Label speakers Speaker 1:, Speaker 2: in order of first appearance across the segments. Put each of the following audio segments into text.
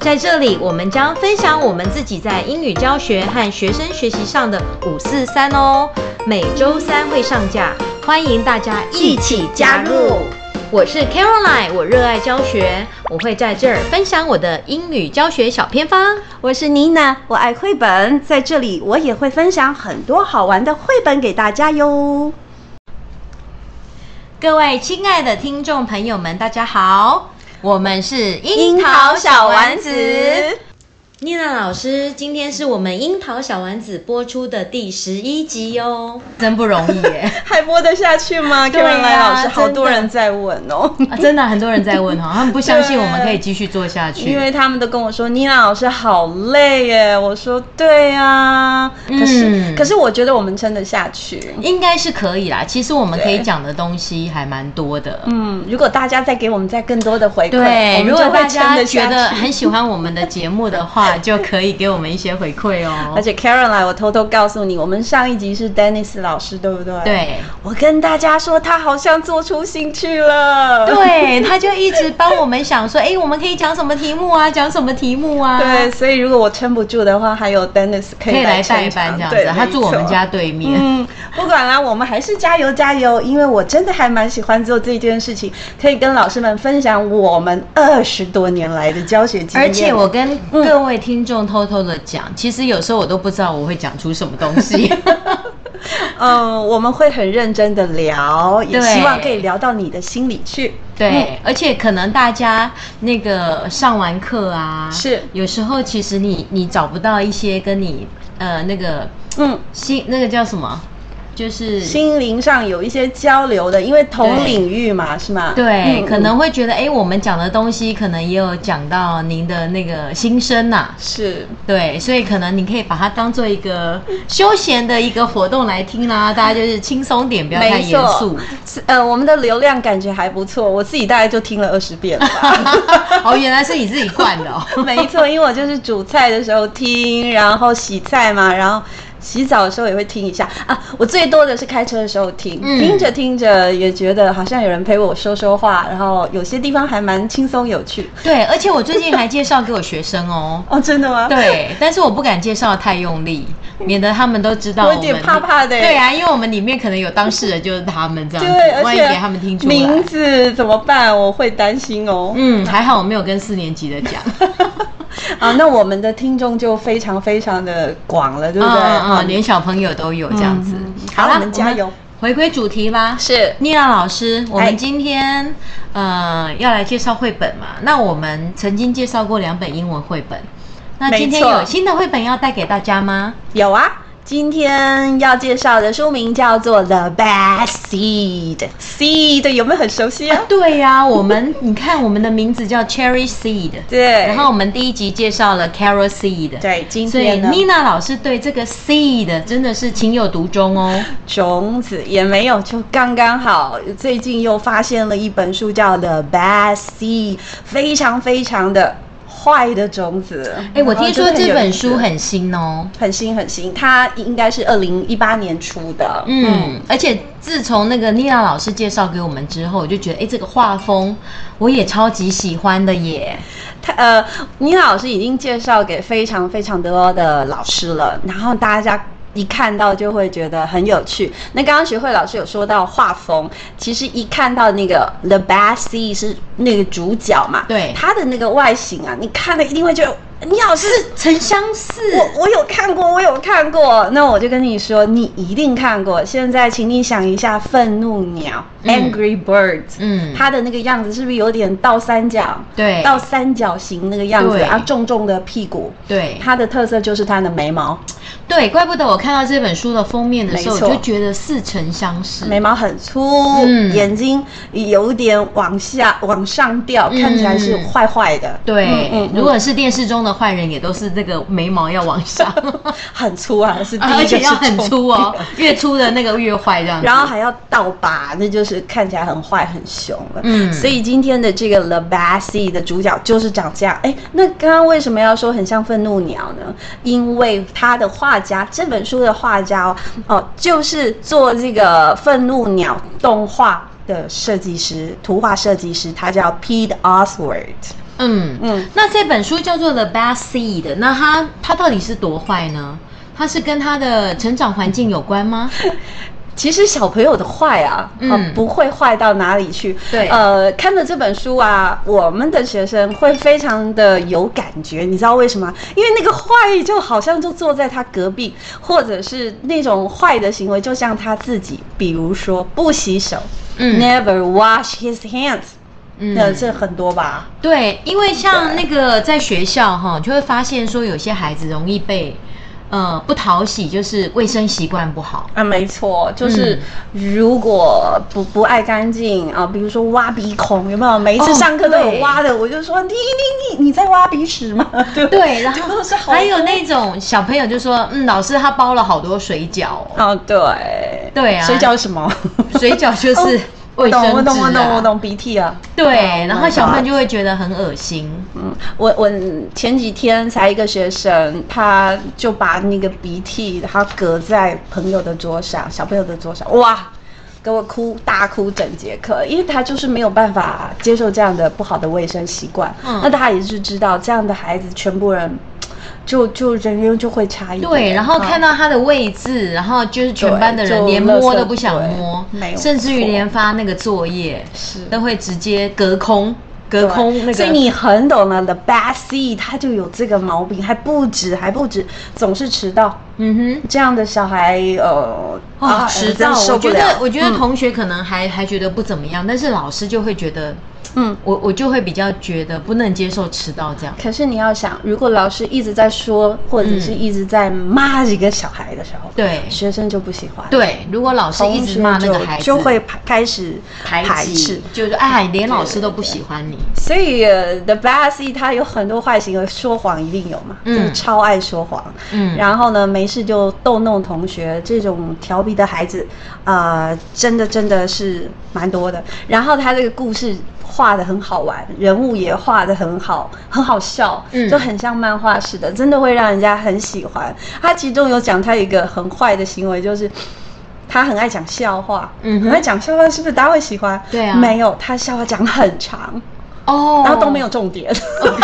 Speaker 1: 在这里，我们将分享我们自己在英语教学和学生学习上的五四三哦，每周三会上架，欢迎大家一起加入。
Speaker 2: 嗯
Speaker 1: 我是 Caroline，我热爱教学，我会在这儿分享我的英语教学小偏方。
Speaker 2: 我是妮娜，我爱绘本，在这里我也会分享很多好玩的绘本给大家哟。
Speaker 1: 各位亲爱的听众朋友们，大家好，我们是樱
Speaker 2: 樱
Speaker 1: 桃
Speaker 2: 桃
Speaker 1: 小
Speaker 2: 小
Speaker 1: 丸
Speaker 2: 丸
Speaker 1: 子
Speaker 2: 子。
Speaker 1: 妮娜老师，今天是我们樱桃小丸子播出的第十一集哦，真不容易耶！
Speaker 2: 还播得下去吗
Speaker 1: 对啊
Speaker 2: Caroline 老师，
Speaker 1: 真的
Speaker 2: 好多人在问哦。
Speaker 1: 啊、真的很多人在问哈，他们不相信
Speaker 2: 对
Speaker 1: 我们可以继续做下去，
Speaker 2: 因为他们都跟我说妮娜老师好累耶，我说对啊，可是、
Speaker 1: 嗯
Speaker 2: 可是我觉得我们撑得下去。
Speaker 1: 应该是可以啦。其实我们可以
Speaker 2: 对
Speaker 1: 讲的东西还蛮多的。
Speaker 2: 嗯，如果大家再给我们再更多的回馈，
Speaker 1: 对，
Speaker 2: 我们
Speaker 1: 如
Speaker 2: 就
Speaker 1: 果
Speaker 2: 会
Speaker 1: 大
Speaker 2: 撑
Speaker 1: 家
Speaker 2: 得
Speaker 1: 觉
Speaker 2: 下
Speaker 1: 得嗯
Speaker 2: 去。
Speaker 1: 很喜欢我们的节目的 话，就可以给我们一些回馈
Speaker 2: 而
Speaker 1: 哦。
Speaker 2: 且 Caroline，我偷偷告诉你，我们上一集是 Dennis 老师，对不对？，
Speaker 1: 对，
Speaker 2: 我跟大家说，他好像做出兴趣 了。
Speaker 1: 对，他就一直帮我们想说，哎、我们可以讲什么题目啊？讲什么题目啊？
Speaker 2: 对，，所以如果我撑不住的话，还有 Dennis
Speaker 1: 可
Speaker 2: 可
Speaker 1: 以
Speaker 2: 以
Speaker 1: 来代
Speaker 2: 代
Speaker 1: 班这样子。他住我们家。对
Speaker 2: 没错
Speaker 1: 面，
Speaker 2: 嗯，不管啦，我们还是加油加油，因为我真的还蛮喜欢做这件事情，可以跟老师们分享我们二十多年来的教学经验。
Speaker 1: 而且我跟
Speaker 2: 嗯
Speaker 1: 各位听众偷偷的讲，其实有时候我都不知道我会讲出什么东 西。
Speaker 2: 嗯，我们会很认真的聊，也
Speaker 1: 对
Speaker 2: 希望可以聊到你的心里去。
Speaker 1: 对，而且可能大家那个上完课啊，
Speaker 2: 是
Speaker 1: 有时候其实你你找不到一些跟你呃那个
Speaker 2: 嗯，
Speaker 1: 心那个叫什么，就是
Speaker 2: 心灵上有一些交流的，因为
Speaker 1: 对
Speaker 2: 同领域嘛，是吗？
Speaker 1: 对，
Speaker 2: 嗯
Speaker 1: 可能会觉得哎、诶我们讲的东西可能也有讲到您的那个心声呐、
Speaker 2: 是。
Speaker 1: 对，所以可能你可以把它当做一个休闲的一个活动来听啦、大家就是轻松点，不要太
Speaker 2: 没
Speaker 1: 严
Speaker 2: 错
Speaker 1: 肃。，
Speaker 2: 是呃，我们的流量感觉还不错，我自己大概就听了二十遍了 吧。
Speaker 1: 哦，原来是你自己惯的哦。
Speaker 2: 没错，因为我就是煮菜的时候听，然后洗菜嘛，然后洗澡的时候也会听一下啊。我最多的是开车的时候听，
Speaker 1: 嗯
Speaker 2: 听着听着也觉得好像有人陪我说说话，然后有些地方还蛮轻松有趣。
Speaker 1: 对，而且我最近还介绍给我学生 哦。
Speaker 2: 哦，真的吗？，
Speaker 1: 对，但是我不敢介绍得太用力，免得他们都知道
Speaker 2: 我
Speaker 1: 我
Speaker 2: 有
Speaker 1: 们
Speaker 2: 点怕怕的耶欸
Speaker 1: 对啊，因为我们里面可能有当事人就是他们这样
Speaker 2: 对，
Speaker 1: 子，
Speaker 2: 而
Speaker 1: 万一
Speaker 2: 且
Speaker 1: 给他们听出
Speaker 2: 名
Speaker 1: 来。
Speaker 2: 字怎么办？我会担心哦。
Speaker 1: 嗯，还好我没有跟四年级的讲，
Speaker 2: 啊，那我们的听众就非常非常的广了，对不对？
Speaker 1: 嗯
Speaker 2: 啊
Speaker 1: 嗯，连小朋友都有这样子
Speaker 2: 嗯嗯。
Speaker 1: 啦
Speaker 2: 好我们加油，
Speaker 1: 回归主题吧。
Speaker 2: 是
Speaker 1: 妮娜老师，我
Speaker 2: 哎
Speaker 1: 们今天呃要来介绍绘本嘛？那我们曾经介绍过两本英文绘本，那今天
Speaker 2: 没错
Speaker 1: 有新的绘本要带给大家吗？
Speaker 2: 有啊，今天要介绍的书名叫做《The Bad Seed》，Seed 有没有很熟悉啊？
Speaker 1: 对呀、我们 你看我们的名字叫 Cherry Seed，
Speaker 2: 对，
Speaker 1: 然后我们第一集介绍了 Carol Seed，
Speaker 2: 对，今
Speaker 1: 所以
Speaker 2: 天呢，
Speaker 1: Nina 老师对这个 Seed 真的是情有独钟哦。
Speaker 2: 嗯种子也没有，就刚刚好。最近又发现了一本书叫《The Bad Seed》，非常非常的坏的种子。
Speaker 1: 哎，我听说
Speaker 2: 然后真
Speaker 1: 这
Speaker 2: 的哦有
Speaker 1: 本
Speaker 2: 意思
Speaker 1: 书很新哦。
Speaker 2: 很新很新，它应该是二零一八年出的。
Speaker 1: 嗯，而且自从那个 Nina 老师介绍给我们之后，我就觉得，哎，这个画风我也超级喜欢的耶。
Speaker 2: 他呃，倪老师已经介绍给非常非常多的老师了，然后大家。一看到就会觉得很有趣。那刚刚学会老师有说到画风，其实一看到那个 The Bad Sea 是那个主角嘛，
Speaker 1: 对
Speaker 2: 他的那个外形啊，你看了一定会觉得，倪老师，
Speaker 1: 曾相似，
Speaker 2: 我我有看过，我有看过。那我就跟你说，你一定看过。现在请你想一下，愤怒鸟、
Speaker 1: 嗯
Speaker 2: （Angry Birds），
Speaker 1: 嗯，
Speaker 2: 它的那个样子是不是有点倒三角？
Speaker 1: 对
Speaker 2: 到三角形那个样子，
Speaker 1: 对
Speaker 2: 啊，重重的屁股。
Speaker 1: 对
Speaker 2: 它的特色就是它的眉毛，
Speaker 1: 对，怪不得我看到这本书的封面的时候，
Speaker 2: 没
Speaker 1: 我
Speaker 2: 错
Speaker 1: 就觉得似曾相识。
Speaker 2: 眉毛很粗，
Speaker 1: 嗯
Speaker 2: 眼睛有点往下往上掉，
Speaker 1: 嗯
Speaker 2: 看起来是坏坏的。
Speaker 1: 对，
Speaker 2: 嗯嗯嗯
Speaker 1: 如果是电视中的坏人，也都是这个眉毛要往上，
Speaker 2: 很粗啊，是 第一个
Speaker 1: 而且要
Speaker 2: 是
Speaker 1: 很
Speaker 2: 重
Speaker 1: 粗哦，越粗的那个越坏这样子。
Speaker 2: 然后还要倒拔，那就是看起来很坏很凶了。
Speaker 1: 嗯
Speaker 2: 所以今天的这个 The Bad Sea 的主角就是长这样。哎，那刚刚为什么要说很像愤怒鸟呢？因为他的画家，这本书的画家哦，哦就是做这个愤怒鸟动画。的设计师，图画设计师，他叫 Pete Oswald。
Speaker 1: 嗯嗯。
Speaker 2: 嗯，
Speaker 1: 那这本书叫做《The Bad Seed》，那它它到底是多坏呢？它是跟他的成长环境有关吗？
Speaker 2: 其实小朋友的坏啊，
Speaker 1: 嗯
Speaker 2: 呃不会坏到哪里去。
Speaker 1: 对
Speaker 2: 呃，看了这本书啊，我们的学生会非常的有感觉，你知道为什么吗？因为那个坏就好像就坐在他隔壁，或者是那种坏的行为，就像他自己，比如说不洗手、
Speaker 1: 嗯
Speaker 2: n e v e r wash his hands，那、这很多
Speaker 1: 嗯
Speaker 2: 吧？
Speaker 1: 对，因为像那个在学校哈，就会发现说有些孩子容易被呃不讨喜，就是卫生习惯不好。
Speaker 2: 啊，没错，就是如果不不爱干净啊，比如说挖鼻孔，有没有？每一次
Speaker 1: 哦
Speaker 2: 上课都有
Speaker 1: 对
Speaker 2: 挖的，我就说你你你你在挖鼻屎吗？对
Speaker 1: 对，然
Speaker 2: 真
Speaker 1: 后
Speaker 2: 的是好
Speaker 1: 还有那种小朋友就说，嗯，老师他包了好多水饺哦、
Speaker 2: 哦，对
Speaker 1: 对啊
Speaker 2: 睡觉是什么？
Speaker 1: 水饺就
Speaker 2: 哦
Speaker 1: 是卫生纸、啊
Speaker 2: 懂我懂我懂我。懂鼻涕啊。
Speaker 1: 对，然后小朋友
Speaker 2: 就
Speaker 1: 就会觉得很恶心。
Speaker 2: 嗯，我我前几天才一个学生，他就把那个鼻涕他隔在朋友的桌上，小朋友的桌上，哇，给我哭大哭整节课，因为他就是没有办法接受这样的不好的卫生习惯。
Speaker 1: 嗯
Speaker 2: 那他也是知道这样的孩子，全部人就就人缘就会差一点。嗯
Speaker 1: 对，然后看
Speaker 2: 到。
Speaker 1: 到他的位置，然后就是全
Speaker 2: 对
Speaker 1: 班的人
Speaker 2: 就
Speaker 1: 连
Speaker 2: 垃
Speaker 1: 摸
Speaker 2: 圾
Speaker 1: 都不想
Speaker 2: 对
Speaker 1: 摸
Speaker 2: 没，有
Speaker 1: 甚至于
Speaker 2: 错
Speaker 1: 连发那个作业
Speaker 2: 是
Speaker 1: 都会直接隔空隔
Speaker 2: 对
Speaker 1: 空那个。
Speaker 2: 所以你很懂了。The Bad Seed，他就有这个毛病，还不止，还不止，总是迟到。
Speaker 1: 嗯哼。
Speaker 2: 这样的小孩，呃，
Speaker 1: 哦，迟到，
Speaker 2: 真受
Speaker 1: 我
Speaker 2: 不
Speaker 1: 觉
Speaker 2: 了嗯
Speaker 1: 得，我觉得同学可能还、还觉得不怎么样，但是老师就会觉得，
Speaker 2: 嗯。
Speaker 1: 我我就会比较觉得不能接受迟到这样。
Speaker 2: 可是你要想，如果老师一直在说，或者是一直在骂一个小孩的时候，
Speaker 1: 嗯对
Speaker 2: 学生就不喜欢，，
Speaker 1: 对，如果老师一直骂那个孩子，
Speaker 2: 就会排开始
Speaker 1: 排
Speaker 2: 斥
Speaker 1: 挤，。就是哎，连老师都不喜欢你。
Speaker 2: 所以呃 The Bad Seed 他有很多坏行为，说谎一定有嘛，
Speaker 1: 嗯
Speaker 2: 就是超爱说谎，
Speaker 1: 嗯，
Speaker 2: 然后呢，没事就逗弄同学，这种调皮的孩子，呃，真的真的是蛮多的。然后他这个故事画的很好玩，人物也画的很好，很好笑，
Speaker 1: 嗯
Speaker 2: 就很像漫画似的，真的会让人家很喜欢。他其中有讲他有一个很坏的行为，就是。他很爱讲笑话，
Speaker 1: 嗯哼
Speaker 2: 很爱讲笑话，是不是大家会喜欢？
Speaker 1: 对啊
Speaker 2: 没有，他笑话讲很长，
Speaker 1: 哦，
Speaker 2: 然后都没有重点，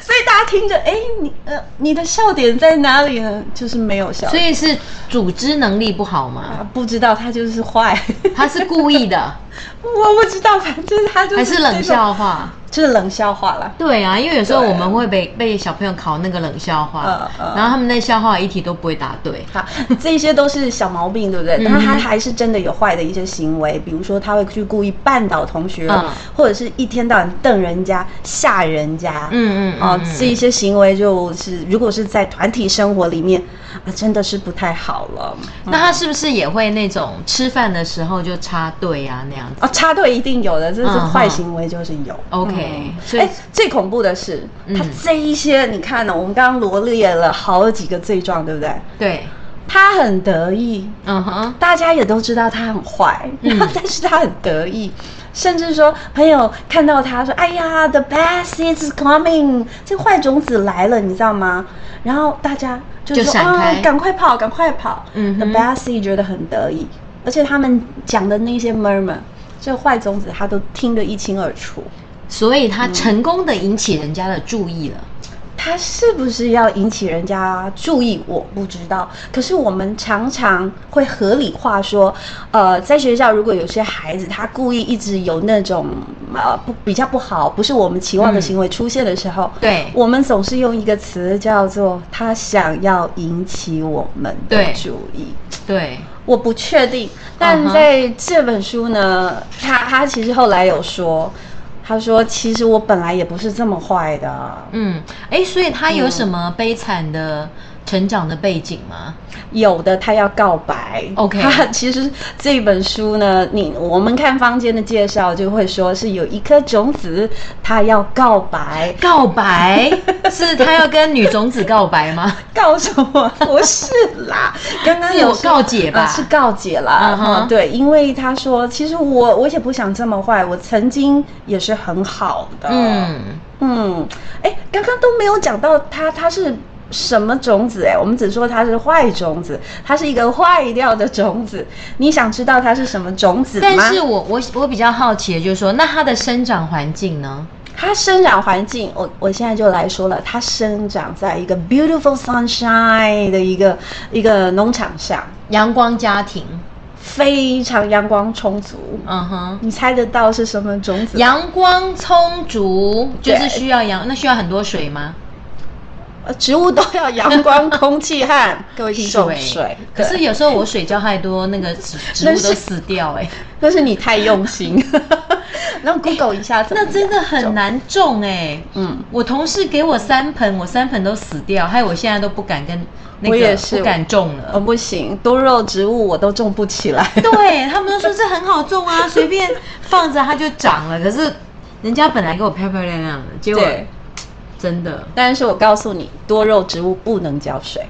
Speaker 2: 所以大家听着，哎，你呃，你的笑点在哪里呢？就是没有笑
Speaker 1: 所
Speaker 2: 点，
Speaker 1: 以是组织能力不好嘛？
Speaker 2: 啊，不知道他就是坏，
Speaker 1: 他是故意的，
Speaker 2: 我不知道，反正他就是
Speaker 1: 还是冷
Speaker 2: 这种，
Speaker 1: 笑话？
Speaker 2: 就是冷笑话啦。
Speaker 1: 对啊，因为有时候
Speaker 2: 对
Speaker 1: 我们会被被小朋友考那个冷笑话，
Speaker 2: 嗯嗯
Speaker 1: 然后他们那笑话一题都不会答对。
Speaker 2: 好，这些都是小毛病，对不对？
Speaker 1: 嗯
Speaker 2: 但他还是真的有坏的一些行为，比如说他会去故意绊倒同学，
Speaker 1: 嗯
Speaker 2: 或者是一天到晚瞪人家、吓人家，
Speaker 1: 嗯嗯，
Speaker 2: 哦
Speaker 1: 嗯，
Speaker 2: 这一些行为就是，如果是在团体生活里面啊，真的是不太好了。
Speaker 1: 那他是不是也会那种吃饭的时候就插队啊那样子？
Speaker 2: 啊，插队一定有的，这是
Speaker 1: 嗯哼
Speaker 2: 坏行为，就是有。
Speaker 1: 嗯 OK，所以
Speaker 2: 哎、最恐怖的是，
Speaker 1: 嗯
Speaker 2: 他这一些，你看哦呢、我们刚刚罗列了好几个罪状，对不对？
Speaker 1: 对，
Speaker 2: 他很得意，
Speaker 1: 嗯哼，
Speaker 2: 大家也都知道他很坏，
Speaker 1: 嗯
Speaker 2: 然后 但是他很得意，甚至说朋友看到他说：“哎呀，the best is coming，这个坏种子来了，你知道吗？”然后大家就
Speaker 1: 就
Speaker 2: 说：“
Speaker 1: 闪
Speaker 2: 啊
Speaker 1: 开，
Speaker 2: 赶快跑，赶快跑！”
Speaker 1: 嗯哼
Speaker 2: t h e best is 觉得很得意，而且他们讲的那些 murmur，这个坏种子他都听得一清二楚。
Speaker 1: 所以他成功的引起人家的注意了。
Speaker 2: 他是不是要引起人家注意，我不知道。可是我们常常会合理化说，呃，在学校如果有些孩子他故意一直有那种呃不比较不好，不是我们期望
Speaker 1: 嗯
Speaker 2: 的行为出现的时候，
Speaker 1: 对
Speaker 2: 我们总是用一个词叫做他想要引起我们的
Speaker 1: 对
Speaker 2: 注意。
Speaker 1: 对，
Speaker 2: 我不确定，
Speaker 1: 嗯
Speaker 2: 但
Speaker 1: 哼
Speaker 2: 在这本书呢，他他其实后来有说，他说其实我本来也不是这么坏的。
Speaker 1: 嗯，哎，所以他有什么悲惨的成长的背景吗？
Speaker 2: 有的他要告白
Speaker 1: OK
Speaker 2: 他其实这本书呢，你我们看坊间的介绍就会说是有一颗种子，他要告白，
Speaker 1: 告白是他要跟女种子告白吗？
Speaker 2: 告什么？不是啦，刚刚有
Speaker 1: 自我告解吧
Speaker 2: 啊是告解啦。
Speaker 1: 嗯哼
Speaker 2: 嗯对，因为他说，其实我我也不想这么坏，我曾经也是很好的。
Speaker 1: 嗯，
Speaker 2: 嗯，哎，刚刚都没有讲到它，它是什么种子？哎，我们只说它是坏种子，它是一个坏掉的种子。你想知道它是什么种子吗？
Speaker 1: 但是我我我比较好奇的就是说，那他的生长环境呢？
Speaker 2: 它生长环境，我我现在就来说了，它生长在一个 beautiful sunshine 的一个一个农场上，
Speaker 1: 阳光家庭，
Speaker 2: 非常阳光充足。
Speaker 1: 嗯哼，
Speaker 2: 你猜得到是什么种子吗？
Speaker 1: 阳光充足就是
Speaker 2: 对
Speaker 1: 需要阳，那需要很多水吗？
Speaker 2: 呃植物都要阳光、空气 和各位听众水。
Speaker 1: 可是
Speaker 2: 对
Speaker 1: 有时候我水浇太多，那个植植物
Speaker 2: 那是
Speaker 1: 都死掉 哎、
Speaker 2: 那是你太用心。 那 Google 一下怎
Speaker 1: 那
Speaker 2: 么样、
Speaker 1: 真的很难种哎、
Speaker 2: 嗯，
Speaker 1: 我同事给我三盆，我三盆都死掉，害我现在都不敢跟那
Speaker 2: 我也
Speaker 1: 个
Speaker 2: 是
Speaker 1: 不敢种
Speaker 2: 哦
Speaker 1: 了。
Speaker 2: 不行，多肉植物我都种不起来。
Speaker 1: 对他们都说这很好种啊， 随便放着它就长了。可是人家本来给我漂漂亮亮的，结果
Speaker 2: 对，
Speaker 1: 真的，
Speaker 2: 但是我告诉你，多肉植物不能浇水。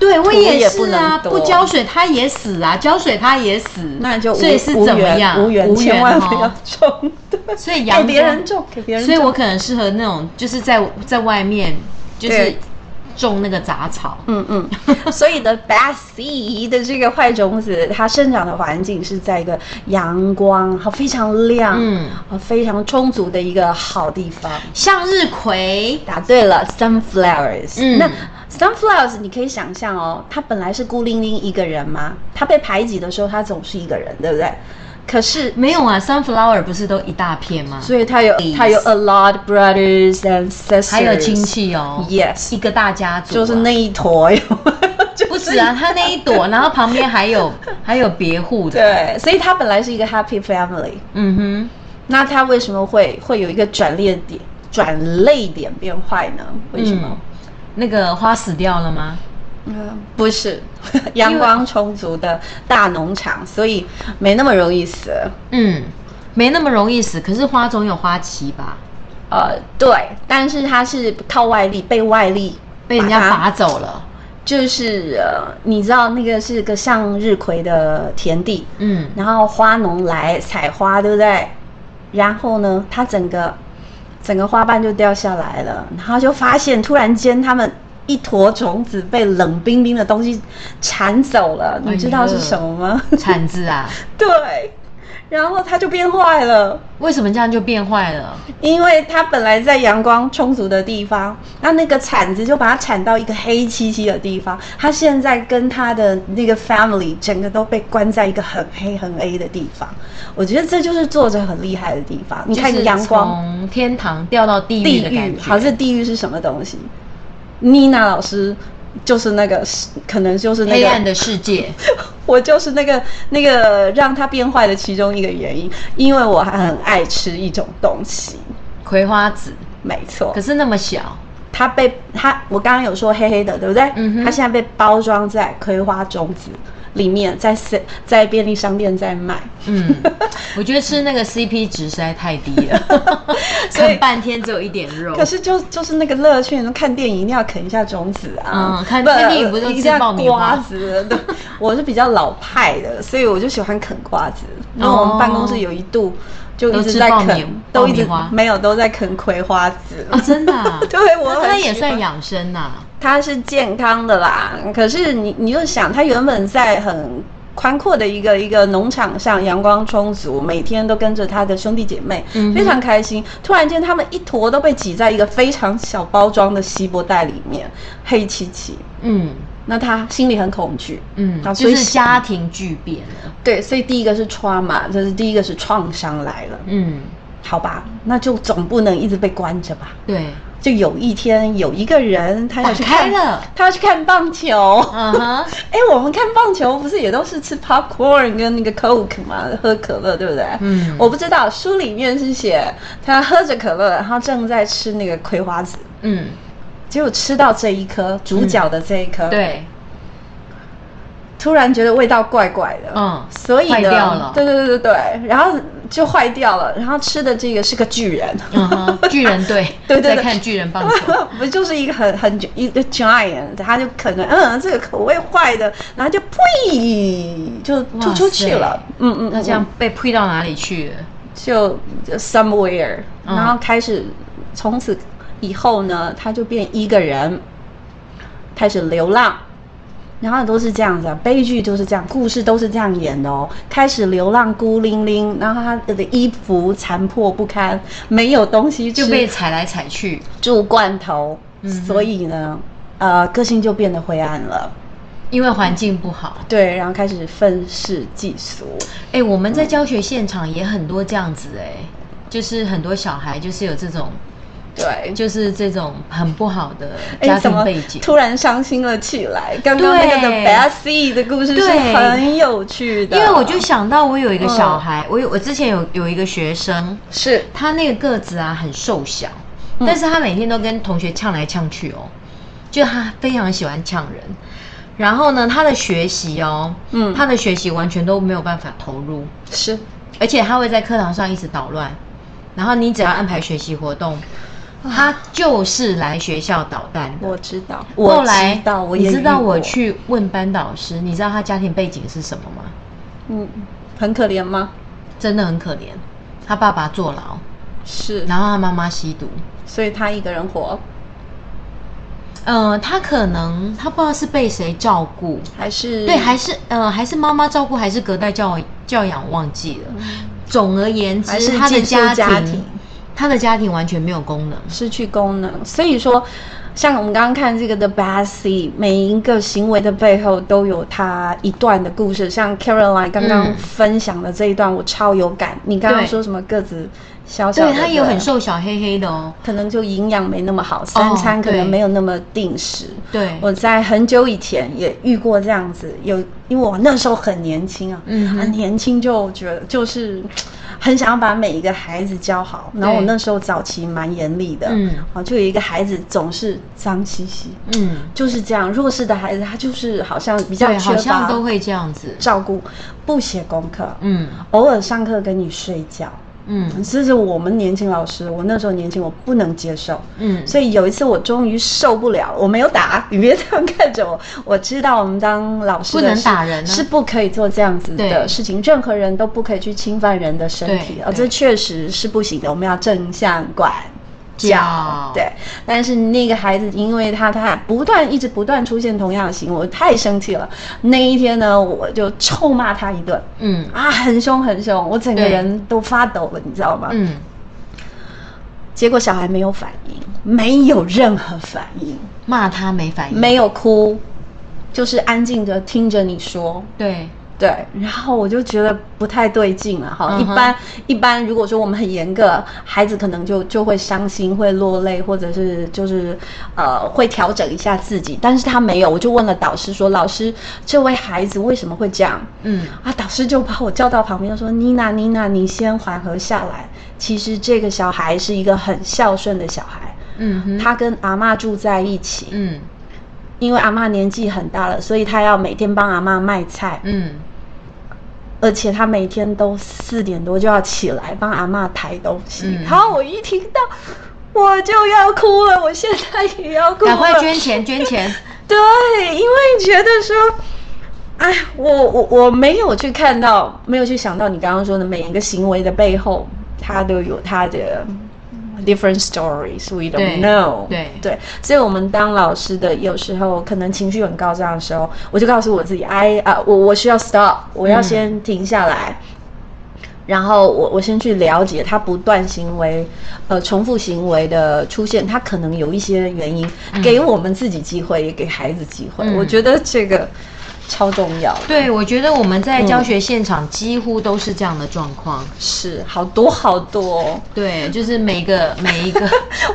Speaker 1: 对我
Speaker 2: 土也不
Speaker 1: 是啊，
Speaker 2: 能
Speaker 1: 不
Speaker 2: 多
Speaker 1: 浇水它也死啊，浇水它也死，
Speaker 2: 那就无
Speaker 1: 所以是
Speaker 2: 无
Speaker 1: 怎么
Speaker 2: 缘
Speaker 1: 样？
Speaker 2: 无缘，千万不要
Speaker 1: 哦
Speaker 2: 种。 对，
Speaker 1: 所以阳
Speaker 2: 给别
Speaker 1: 光
Speaker 2: 人种，给别人
Speaker 1: 所
Speaker 2: 种。
Speaker 1: 以我可能适合那种，就是在在外面，就是
Speaker 2: 对
Speaker 1: 种那个杂草。
Speaker 2: 嗯嗯， 所以的 bad seed 的这个坏种子，它生长的环境是在一个阳光和非常亮、
Speaker 1: 嗯
Speaker 2: 和非常充足的一个好地方。
Speaker 1: 向日葵，
Speaker 2: 答对了，sunflowers。
Speaker 1: 嗯
Speaker 2: 那 sunflowers 你可以想象哦，它本来是孤零零一个人嘛，它被排挤的时候，它总是一个人，对不对？可是
Speaker 1: 没有啊，sunflower 不是都一大片吗？
Speaker 2: 所以他有他有 a lot brothers and sisters，
Speaker 1: 还有亲戚哦
Speaker 2: ，yes，
Speaker 1: 一个大家族啊、
Speaker 2: 就是那一坨有， 就是
Speaker 1: 不止啊，他那一朵，然后旁边还有还有别户的，
Speaker 2: 对，所以他本来是一个 happy family，
Speaker 1: 嗯
Speaker 2: 那他为什么会会有一个转捩点，转泪点变坏呢？为什么？
Speaker 1: 哼，嗯那个花死掉了吗？
Speaker 2: 嗯，不是阳光充足的大农场，所以没那么容易死。
Speaker 1: 嗯，没那么容易死，可是花总有花期吧，
Speaker 2: 呃，对，但是它是靠外力，被外力
Speaker 1: 被人家
Speaker 2: 把它
Speaker 1: 拔走了，
Speaker 2: 就是呃，你知道那个是个向日葵的田地，
Speaker 1: 嗯，
Speaker 2: 然后花农来采花，对不对？然后呢，它整个整个花瓣就掉下来了，然后就发现突然间他们一坨种子被冷冰冰的东西铲走了，
Speaker 1: 哎
Speaker 2: 你
Speaker 1: 呀
Speaker 2: 知道是什么吗？
Speaker 1: 铲子啊，
Speaker 2: 对，然后它就变坏了。
Speaker 1: 为什么这样就变坏了？
Speaker 2: 因为它本来在阳光充足的地方，那那个铲子就把它铲到一个黑漆漆的地方。它现在跟它的那个 family 整个都被关在一个很黑很黑的地方。我觉得这就是作者很厉害的地方。你
Speaker 1: 就
Speaker 2: 看
Speaker 1: 是
Speaker 2: 阳光、
Speaker 1: 从天堂掉到地狱
Speaker 2: 地
Speaker 1: 的感
Speaker 2: 狱，
Speaker 1: 觉，
Speaker 2: 好，这地狱是什么东西？妮娜老师就是那个，可能就是那
Speaker 1: 黑暗
Speaker 2: 个，
Speaker 1: 的世界。
Speaker 2: 我就是那个那个让它变坏的其中一个原因，因为我还很爱吃一种东西。
Speaker 1: 葵花籽，
Speaker 2: 没错，
Speaker 1: 可是那么小，
Speaker 2: 它被它，我刚刚有说黑黑的，对不对？
Speaker 1: 嗯哼
Speaker 2: 它现在被包装在葵花种子里面，在 se- 在便利商店在卖。
Speaker 1: 嗯，我觉得吃那个 CP 值实在太低了，
Speaker 2: 所以
Speaker 1: 啃半天只有一点肉
Speaker 2: 可。是就就是那个乐趣，看电影一定要啃一下种子啊，
Speaker 1: 嗯看
Speaker 2: 不
Speaker 1: 看电影不都
Speaker 2: 一
Speaker 1: 吃
Speaker 2: 定
Speaker 1: 爆
Speaker 2: 要
Speaker 1: 米花
Speaker 2: 瓜子？对， 我是比较老派的，所以我就喜欢啃瓜子。因为我
Speaker 1: 哦
Speaker 2: 们办公室有一度就
Speaker 1: 都
Speaker 2: 一
Speaker 1: 吃
Speaker 2: 直在
Speaker 1: 爆
Speaker 2: 啃
Speaker 1: 米，
Speaker 2: 都
Speaker 1: 爆
Speaker 2: 一
Speaker 1: 米
Speaker 2: 直
Speaker 1: 花
Speaker 2: 没有都在啃葵花籽。 ，
Speaker 1: 哦，真的、啊
Speaker 2: 对我
Speaker 1: 那
Speaker 2: 很
Speaker 1: 它也
Speaker 2: 喜欢
Speaker 1: 算养生呐、啊。
Speaker 2: 它是健康的啦。可是你你就想，它原本在很宽阔的一个一个农场上，阳光充足，每天都跟着他的兄弟姐妹，
Speaker 1: 嗯哼
Speaker 2: 非常开心。突然间，他们一坨都被挤在一个非常小包装的锡箔袋里面，黑漆漆。
Speaker 1: 嗯
Speaker 2: 那他心里很恐惧，
Speaker 1: 嗯，
Speaker 2: 好所
Speaker 1: 就
Speaker 2: 以
Speaker 1: 是家庭巨变啊了。
Speaker 2: 对，所以第一个是 trauma，就是第一个是创伤来了，
Speaker 1: 嗯，
Speaker 2: 好吧？那就总不能一直被关着吧。
Speaker 1: 对，
Speaker 2: 就有一天，有一个人他要去看
Speaker 1: 打开了，
Speaker 2: 他要去看棒球，
Speaker 1: 嗯哼，
Speaker 2: 哎、我们看棒球不是也都是吃 popcorn 跟那个 coke 嘛，喝可乐，对不对？
Speaker 1: 嗯
Speaker 2: 我不知道书里面是写他喝着可乐，然后正在吃那个葵花籽，
Speaker 1: 嗯，
Speaker 2: 结果吃到这一颗主角的这一颗，，
Speaker 1: 对，
Speaker 2: 突然觉得味道怪怪的，
Speaker 1: 嗯
Speaker 2: 所以呢
Speaker 1: 坏掉了
Speaker 2: 对对对对对，然后就坏掉了，然后吃的这个是个巨人，
Speaker 1: 嗯哼，巨人 队
Speaker 2: 对对对
Speaker 1: 在看巨人棒球。
Speaker 2: 不就是一个很很一个 giant，他就可能嗯这个口味坏的，然后就呸就
Speaker 1: 哇
Speaker 2: 吐出去
Speaker 1: 塞
Speaker 2: 了，嗯嗯，
Speaker 1: 那
Speaker 2: 嗯
Speaker 1: 这样被推到哪里去了？
Speaker 2: 就就 somewhere，、
Speaker 1: 嗯
Speaker 2: 然后开始从此以后呢，他就变一个人，开始流浪，然后都是这样子、啊，悲剧就是这样，故事都是这样演的哦。开始流浪孤零零，然后他的衣服残破不堪，没有东西吃
Speaker 1: 就被踩来踩去。
Speaker 2: 住罐头，
Speaker 1: 嗯哼
Speaker 2: 所以呢，呃，个性就变得灰暗了。
Speaker 1: 因为环境不好，
Speaker 2: 对，然后开始愤世嫉俗。
Speaker 1: 哎、我们在教学现场也很多这样子、哎，就是很多小孩就是有这种，
Speaker 2: 对，
Speaker 1: 就是这种很不好的
Speaker 2: 哎
Speaker 1: 家
Speaker 2: 怎
Speaker 1: 庭
Speaker 2: 么
Speaker 1: 背景。
Speaker 2: 突然伤心了起来？刚刚那个的
Speaker 1: 对
Speaker 2: Bessie 的故事是
Speaker 1: 对
Speaker 2: 很有趣的，嗯
Speaker 1: 因为我就想到我有一个小孩，我有我之前有有一个学生，
Speaker 2: 是
Speaker 1: 他那个个子啊很瘦小，
Speaker 2: 嗯
Speaker 1: 但是他每天都跟同学呛来呛去哦，就他非常喜欢呛人。然后呢，他的学习哦，
Speaker 2: 嗯
Speaker 1: 他的学习完全都没有办法投入，
Speaker 2: 是
Speaker 1: 而且他会在课堂上一直捣乱。然后你只要安排学习活动，
Speaker 2: 啊
Speaker 1: 他就是来学校捣蛋的。
Speaker 2: 我知道，
Speaker 1: 后
Speaker 2: 我
Speaker 1: 来
Speaker 2: 知道，我
Speaker 1: 你
Speaker 2: 也
Speaker 1: 知道
Speaker 2: 遇
Speaker 1: 我
Speaker 2: 过，
Speaker 1: 去问班导师，你知道他家庭背景是什么吗？
Speaker 2: 嗯，很可怜吗？
Speaker 1: 真的很可怜，他爸爸坐牢，
Speaker 2: 是，
Speaker 1: 然后他妈妈吸毒。
Speaker 2: 所以他一个人活，
Speaker 1: 呃，他可能他不知道是被谁照顾，
Speaker 2: 还是
Speaker 1: 对，还是呃还是妈妈照顾，还是隔代教教养，忘记了。总而言之
Speaker 2: 嗯还，是
Speaker 1: 他的
Speaker 2: 寄
Speaker 1: 家
Speaker 2: 宿
Speaker 1: 庭，
Speaker 2: 家庭
Speaker 1: 他的家庭完全没有功能。
Speaker 2: 失去功能。所以说，像我们刚刚看这个的 Bessie，每一个行为的背后都有他一段的故事。像 Caroline 刚刚
Speaker 1: 嗯
Speaker 2: 分享的这一段，我超有感。你刚刚
Speaker 1: 对
Speaker 2: 说什么个子小小的，
Speaker 1: 对他也有很，瘦小黑黑的哦。
Speaker 2: 可能就营养没那么好，三餐可能
Speaker 1: 对
Speaker 2: 没有那么定时。
Speaker 1: 哦对，
Speaker 2: 我在很久以前也遇过这样子，有因为我那时候很年轻啊，
Speaker 1: 嗯哼
Speaker 2: 很年轻就觉得就是很想要把每一个孩子教好，然后我
Speaker 1: 对
Speaker 2: 那时候早期蛮严厉的，
Speaker 1: 嗯
Speaker 2: 啊，就有一个孩子总是脏兮兮，
Speaker 1: 嗯，
Speaker 2: 就是这样，弱势的孩子他就是好像比较
Speaker 1: 对，
Speaker 2: 缺
Speaker 1: 好像
Speaker 2: 乏
Speaker 1: 都会这样子。
Speaker 2: 照顾，不写功课，
Speaker 1: 嗯
Speaker 2: 偶尔上课跟你睡觉，
Speaker 1: 嗯
Speaker 2: 这是我们年轻老师，我那时候年轻我不能接受，
Speaker 1: 嗯，
Speaker 2: 所以有一次我终于受不了，我没有打，你别这样看着我。我知道我们当老师的
Speaker 1: 不能
Speaker 2: 是
Speaker 1: 打人啊
Speaker 2: 是不可以做这样子
Speaker 1: 对
Speaker 2: 的事情，任何人都不可以去侵犯人的身体
Speaker 1: 对，
Speaker 2: 啊、这
Speaker 1: 对
Speaker 2: 确实是不行的，我们要正向管。
Speaker 1: 教
Speaker 2: 教对，但是那个孩子，因为他他不断一直不断出现同样的行为，我太生气了。那一天呢，我就臭骂他一顿
Speaker 1: 嗯
Speaker 2: 啊，很凶很凶，我整个
Speaker 1: 对
Speaker 2: 人都发抖了，你知道吗？
Speaker 1: 嗯，
Speaker 2: 结果小孩没有反应，没有任何反应，
Speaker 1: 骂他没反应。
Speaker 2: 没有哭，就是安静的听着你说。
Speaker 1: 对，
Speaker 2: 对，然后我就觉得不太对劲了哈。
Speaker 1: 嗯哼
Speaker 2: 一般一般，如果说我们很严格，孩子可能就就会伤心、会落泪，或者是就是呃会调整一下自己。但是他没有，我就问了导师说：“老师，这位孩子为什么会这样？”
Speaker 1: 嗯
Speaker 2: 啊，导师就把我叫到旁边说：“妮娜，妮娜，你先缓和下来。其实这个小孩是一个很孝顺的小孩，
Speaker 1: 嗯哼，
Speaker 2: 他跟阿嬷住在一起，
Speaker 1: 嗯
Speaker 2: 因为阿嬷年纪很大了，所以他要每天帮阿嬷卖菜，
Speaker 1: 嗯
Speaker 2: 而且他每天都四点多就要起来帮阿嬷抬东西。
Speaker 1: 嗯
Speaker 2: 然后我一听到，我就要哭了，我现在也要哭了，
Speaker 1: 赶快捐钱捐钱。
Speaker 2: 对，因为觉得说，哎，我我我没有去看到，没有去想到你刚刚说的每一个行为的背后，它都有它的 different stories
Speaker 1: 对
Speaker 2: we don't know
Speaker 1: 对
Speaker 2: 对，所以我们当老师的有时候可能情绪很高涨的时候，我就告诉我自己，哎啊，我我需要 stop，我要
Speaker 1: 嗯
Speaker 2: 先停下来。然后我我先去了解他不断行为，呃，重复行为的出现，他可能有一些原因，给我们自己机会，也给孩子机会。
Speaker 1: 嗯
Speaker 2: 我觉得这个超重要的，
Speaker 1: 对，我觉得我们
Speaker 2: 嗯
Speaker 1: 在教学现场几乎都是这样的状况。
Speaker 2: 是好多好多、哦。
Speaker 1: 对，就是每一 个每一个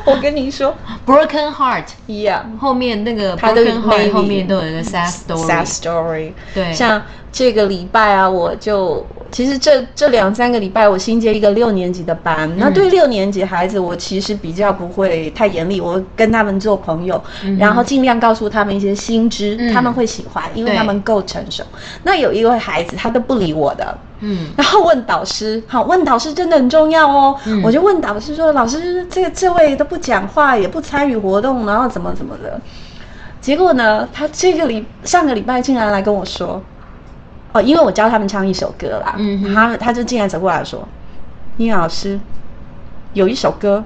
Speaker 2: 我跟你说
Speaker 1: broken heart
Speaker 2: 一样
Speaker 1: 后面那个
Speaker 2: 它都
Speaker 1: broken heart
Speaker 2: maybe
Speaker 1: 后面都有一个 sad
Speaker 2: ，sad
Speaker 1: story。
Speaker 2: story。
Speaker 1: 对，
Speaker 2: 像这个礼拜啊，我就其实这这两三个礼拜，我新接一个六年级的班。
Speaker 1: 嗯
Speaker 2: 那对六年级孩子，我其实比较不会太严厉，我跟他们做朋友，
Speaker 1: 嗯哼
Speaker 2: 然后尽量告诉他们一些新知，
Speaker 1: 嗯
Speaker 2: 他们会喜欢，因为
Speaker 1: 对
Speaker 2: 他们够成熟。那有一位孩子，他都不理我的。
Speaker 1: 嗯
Speaker 2: 然后问导师，好，问导师真的很重要哦。
Speaker 1: 嗯
Speaker 2: 我就问导师说：“老师，这这位都不讲话，也不参与活动，然后怎么怎么的。”结果呢，他这个礼上个礼拜竟然来跟我说，哦，因为我教他们唱一首歌啦，
Speaker 1: 嗯哼
Speaker 2: 他他就竟然走过来说：“倪 老师，有一首歌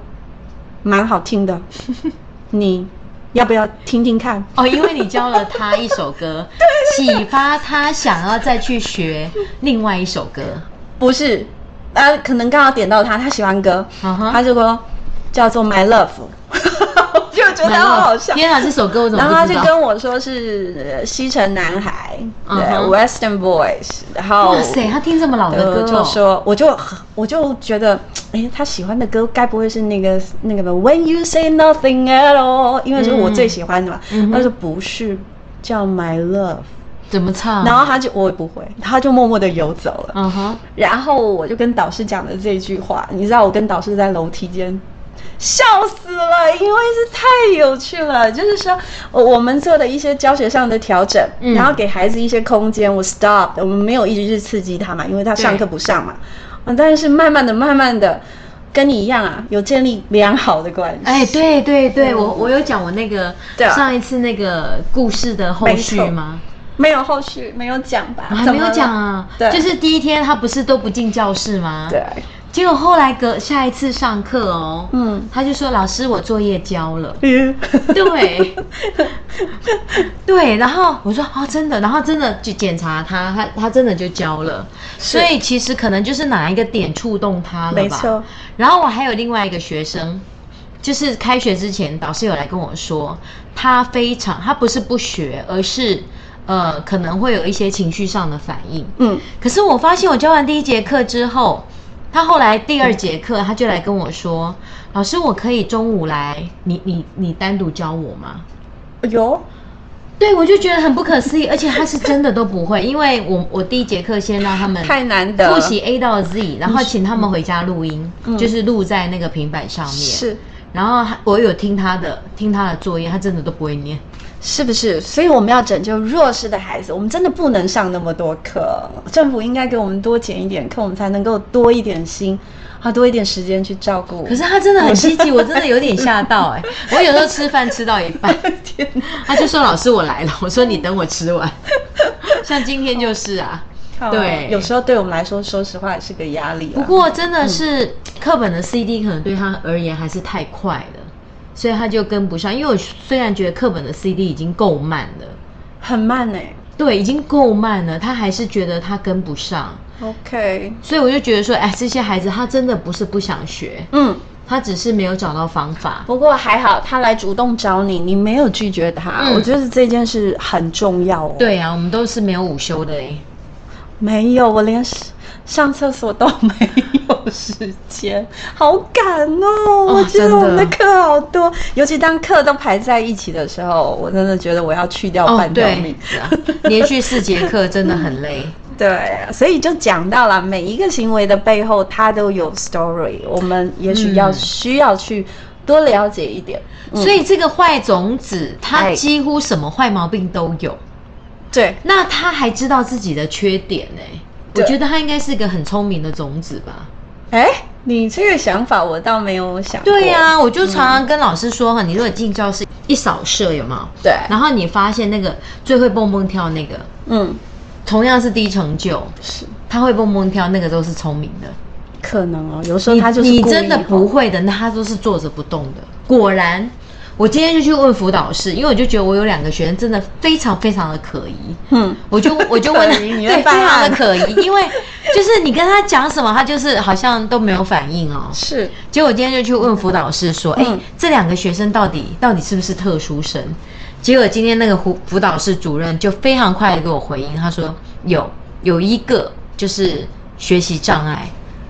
Speaker 2: 蛮好听的，你要不要听听看？
Speaker 1: 哦，因为你教了他一首 歌，启发他想要再去学另外一首歌。
Speaker 2: 不是，呃，可能刚好点到他，他喜欢歌，
Speaker 1: 嗯哼
Speaker 2: 他就说叫做《My Love》，我 就觉得好好笑。
Speaker 1: 天啊，这首歌我怎么
Speaker 2: 然
Speaker 1: 不
Speaker 2: 后
Speaker 1: 知道？
Speaker 2: 他就跟我说是呃西城男孩，对、
Speaker 1: 嗯哼
Speaker 2: w e s t e r n Boys，然后
Speaker 1: 哇塞，他听这么老的歌哦
Speaker 2: 呃就
Speaker 1: 就
Speaker 2: 说，我就我就觉得，哎，他喜欢的歌该不会是那个那个吧 When You Say Nothing at All，因为这是我最喜欢的嘛。
Speaker 1: 嗯嗯哼
Speaker 2: 他说不是，叫 My Love。
Speaker 1: 怎么唱？
Speaker 2: 然后他就我也不会，他就默默的游走了。
Speaker 1: 嗯哼，
Speaker 2: 然后我就跟导师讲了这句话，你知道我跟导师在楼梯间。笑死了，因为是太有趣了。就是说，我我们做的一些教学上的调整，
Speaker 1: 嗯
Speaker 2: 然后给孩子一些空间。我 stop，我们没有一直去刺激他嘛，因为他上课不上嘛。啊，但是慢慢的、慢慢的，跟你一样啊，有建立良好的关系。
Speaker 1: 哎，对对对，
Speaker 2: 嗯
Speaker 1: 我我有讲我那个
Speaker 2: 对啊
Speaker 1: 上一次那个故事的后续吗？
Speaker 2: 没有后续，没有讲吧？
Speaker 1: 我还没有
Speaker 2: 怎
Speaker 1: 讲
Speaker 2: 么了。
Speaker 1: 啊，
Speaker 2: 对
Speaker 1: 就是第一天他不是都不进教室吗？
Speaker 2: 对，，
Speaker 1: 结果后来隔下一次上课哦，
Speaker 2: 嗯，
Speaker 1: 他就说老师我作业交了。
Speaker 2: 嗯，
Speaker 1: 对，对，然后我说啊，真的，然后真的去检查他，他他真的就交了，所以其实可能就是哪一个点触动他了吧。
Speaker 2: 没错。
Speaker 1: 然后我还有另外一个学生，就是开学之前导师有来跟我说，他非常他不是不学，而是呃可能会有一些情绪上的反应。
Speaker 2: 嗯，
Speaker 1: 可是我发现我教完第一节课之后，他后来第二节课他就来跟我说：“老师，我可以中午来，你你你单独教我吗
Speaker 2: 有，？”
Speaker 1: 对，我就觉得很不可思议，而且他是真的都不会，因为我我第一节课先让他们
Speaker 2: 太难得。
Speaker 1: 复习 A 到 Z，然后请他们回家录音，
Speaker 2: 嗯
Speaker 1: 就是录在那个平板上面。，
Speaker 2: 是。
Speaker 1: 然后他我有听他的听他的作业，他真的都不会念。
Speaker 2: 是不是？所以我们要拯救弱势的孩子，我们真的不能上那么多课。政府应该给我们多减一点课，我们才能够多一点心，啊，多一点时间去照顾。
Speaker 1: 可是他真的很积极，我真的有点吓到哎、 我有时候吃饭吃到一半，
Speaker 2: 天哪，
Speaker 1: 他就说：“老师，我来了。”我说：“你等我吃 完。”像今天就是啊，对
Speaker 2: 有时候对我们来说，说实话也是个压力啊啦。
Speaker 1: 不过真的是课本的 CD 可能对他而言还是太快了，所以他就跟不上。因为我虽然觉得课本的 CD 已经够慢了，
Speaker 2: 很慢欸呢、
Speaker 1: 对，已经够慢了，他还是觉得他跟不上。
Speaker 2: OK，
Speaker 1: 所以我就觉得说，哎，这些孩子他真的不是不想学，
Speaker 2: 嗯，
Speaker 1: 他只是没有找到方法。
Speaker 2: 不过还好他来主动找你，你没有拒绝他，
Speaker 1: 嗯
Speaker 2: 我觉得这件事很重要哦。，
Speaker 1: 对啊，我们都是没有午休的哎。
Speaker 2: 没有，我连上厕所都没有时间，好赶哦！我觉
Speaker 1: 真的
Speaker 2: 得我们的课好多，尤其当课都排在一起的时候，我真的觉得我要去掉哦半条
Speaker 1: 对
Speaker 2: 命。，
Speaker 1: 是啊 连续四节课真的很累。
Speaker 2: 对，所以就讲到了每一个行为的背后，它都有 story，我们也许要、
Speaker 1: 嗯
Speaker 2: 需要去多了解一点。嗯
Speaker 1: 所以这个坏种子，他
Speaker 2: 哎
Speaker 1: 几乎什么坏毛病都有。
Speaker 2: 对，
Speaker 1: 那他还知道自己的缺点呢、我
Speaker 2: 对
Speaker 1: 觉得他应该是个很聪明的种子吧。
Speaker 2: 哎，你这个想法我倒没有想过。
Speaker 1: 对呀、我就常常跟老师说哈，你如果进教室一扫射有没有？
Speaker 2: 对，
Speaker 1: 然后你发现那个最会蹦蹦跳那个，
Speaker 2: 嗯，，
Speaker 1: 同样是低成就是他会蹦蹦跳那个都是聪明的。
Speaker 2: 可能哦，有时候他就是
Speaker 1: 你
Speaker 2: 故意
Speaker 1: 真的不
Speaker 2: 哦
Speaker 1: 会的，那他都是坐着不动的。果然，我今天就去问辅导室，因为我就觉得我有两个学生真的非常非常的可疑。
Speaker 2: 嗯。
Speaker 1: 我 就我就问他，
Speaker 2: 可疑你
Speaker 1: 对，
Speaker 2: 在
Speaker 1: 非
Speaker 2: 犯
Speaker 1: 常的
Speaker 2: 案
Speaker 1: 可疑，因为就是你跟他讲什么，他就是好像都没有反应哦。
Speaker 2: 是，
Speaker 1: 结果今天就去问辅导室说，哎、
Speaker 2: 嗯
Speaker 1: 这两个学生到底到底是不是特殊生？结果今天那个辅辅导室主任就非常快的给我回应，他说有有一个就是学习障碍，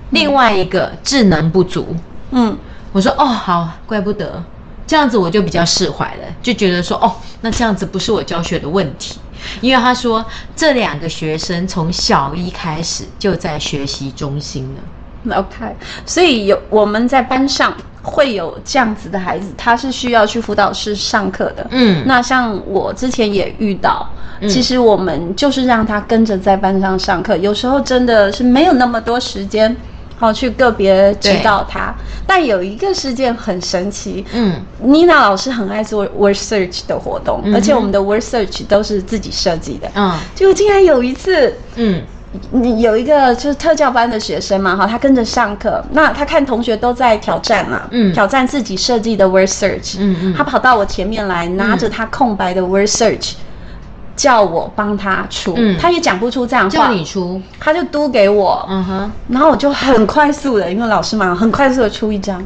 Speaker 1: 另外一个智能不足。
Speaker 2: 嗯，
Speaker 1: 我说哦，好，怪不得这样子，我就比较释怀了，就觉得说哦，那这样子不是我教学的问题，因为他说这两个学生从小一开始就在学习中心了。
Speaker 2: OK，所以有我们在班上会有这样子的孩子，他是需要去辅导室上课的。
Speaker 1: 嗯，
Speaker 2: 那像我之前也遇到，
Speaker 1: 嗯
Speaker 2: 其实我们就是让他跟着在班上上课，有时候真的是没有那么多时间，好、去个别指导他。但有一个事件很神奇，
Speaker 1: 嗯
Speaker 2: 妮娜老师很爱做 word search 的活动，
Speaker 1: 嗯哼
Speaker 2: 而且我们的 word search 都是自己设计的。
Speaker 1: 嗯
Speaker 2: 就竟然有一次，
Speaker 1: 嗯，
Speaker 2: 嗯有一个就是特教班的学生嘛，哈，他跟着上课，那他看同学都在挑战嘛，
Speaker 1: 嗯
Speaker 2: 挑战自己设计的 word search，
Speaker 1: 嗯嗯
Speaker 2: 他跑到我前面来，拿着他空白的 word search，、叫我帮他出，
Speaker 1: 嗯
Speaker 2: 他也讲不出这样的话，
Speaker 1: 叫你出，
Speaker 2: 他就嘟给我，
Speaker 1: 嗯哼，
Speaker 2: 然后我就很快速的，因为老师嘛，很快速的出一张，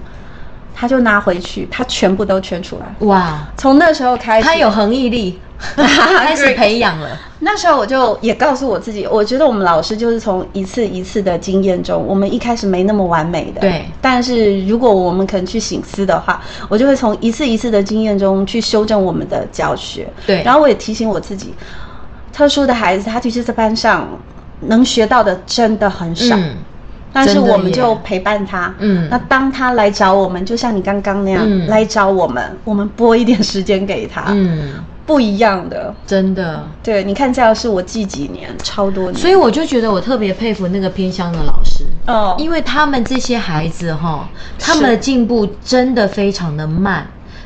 Speaker 2: 他就拿回去，他全部都圈出来。
Speaker 1: 哇，
Speaker 2: 从那时候开始，
Speaker 1: 他有恒毅 力，开始培养了，
Speaker 2: 那时候我就也告诉我自己，我觉得我们老师就是从一次一次的经验中，我们一开始没那么完美的，
Speaker 1: 对
Speaker 2: 但是如果我们肯去醒思的话，我就会从一次一次的经验中去修正我们的教学。
Speaker 1: 对
Speaker 2: 然后我也提醒我自己，特殊的孩子他其实在班上能学到的真的很少。
Speaker 1: 嗯，
Speaker 2: 但是
Speaker 1: 真的
Speaker 2: 我们
Speaker 1: 耶
Speaker 2: 就陪伴他，
Speaker 1: 嗯
Speaker 2: 那当他来找我们，就像你刚刚那样、
Speaker 1: 嗯
Speaker 2: 来找我们，我们拨一点时间给他，
Speaker 1: 嗯，
Speaker 2: 不一样的。
Speaker 1: 真的。
Speaker 2: 对，你看这样是我记几年，超多年，
Speaker 1: 所以我就觉得我特别佩服那个偏乡的老师，
Speaker 2: 哦，
Speaker 1: 因为他们这些孩子哈，他
Speaker 2: 是
Speaker 1: 们的进步真的非常的慢。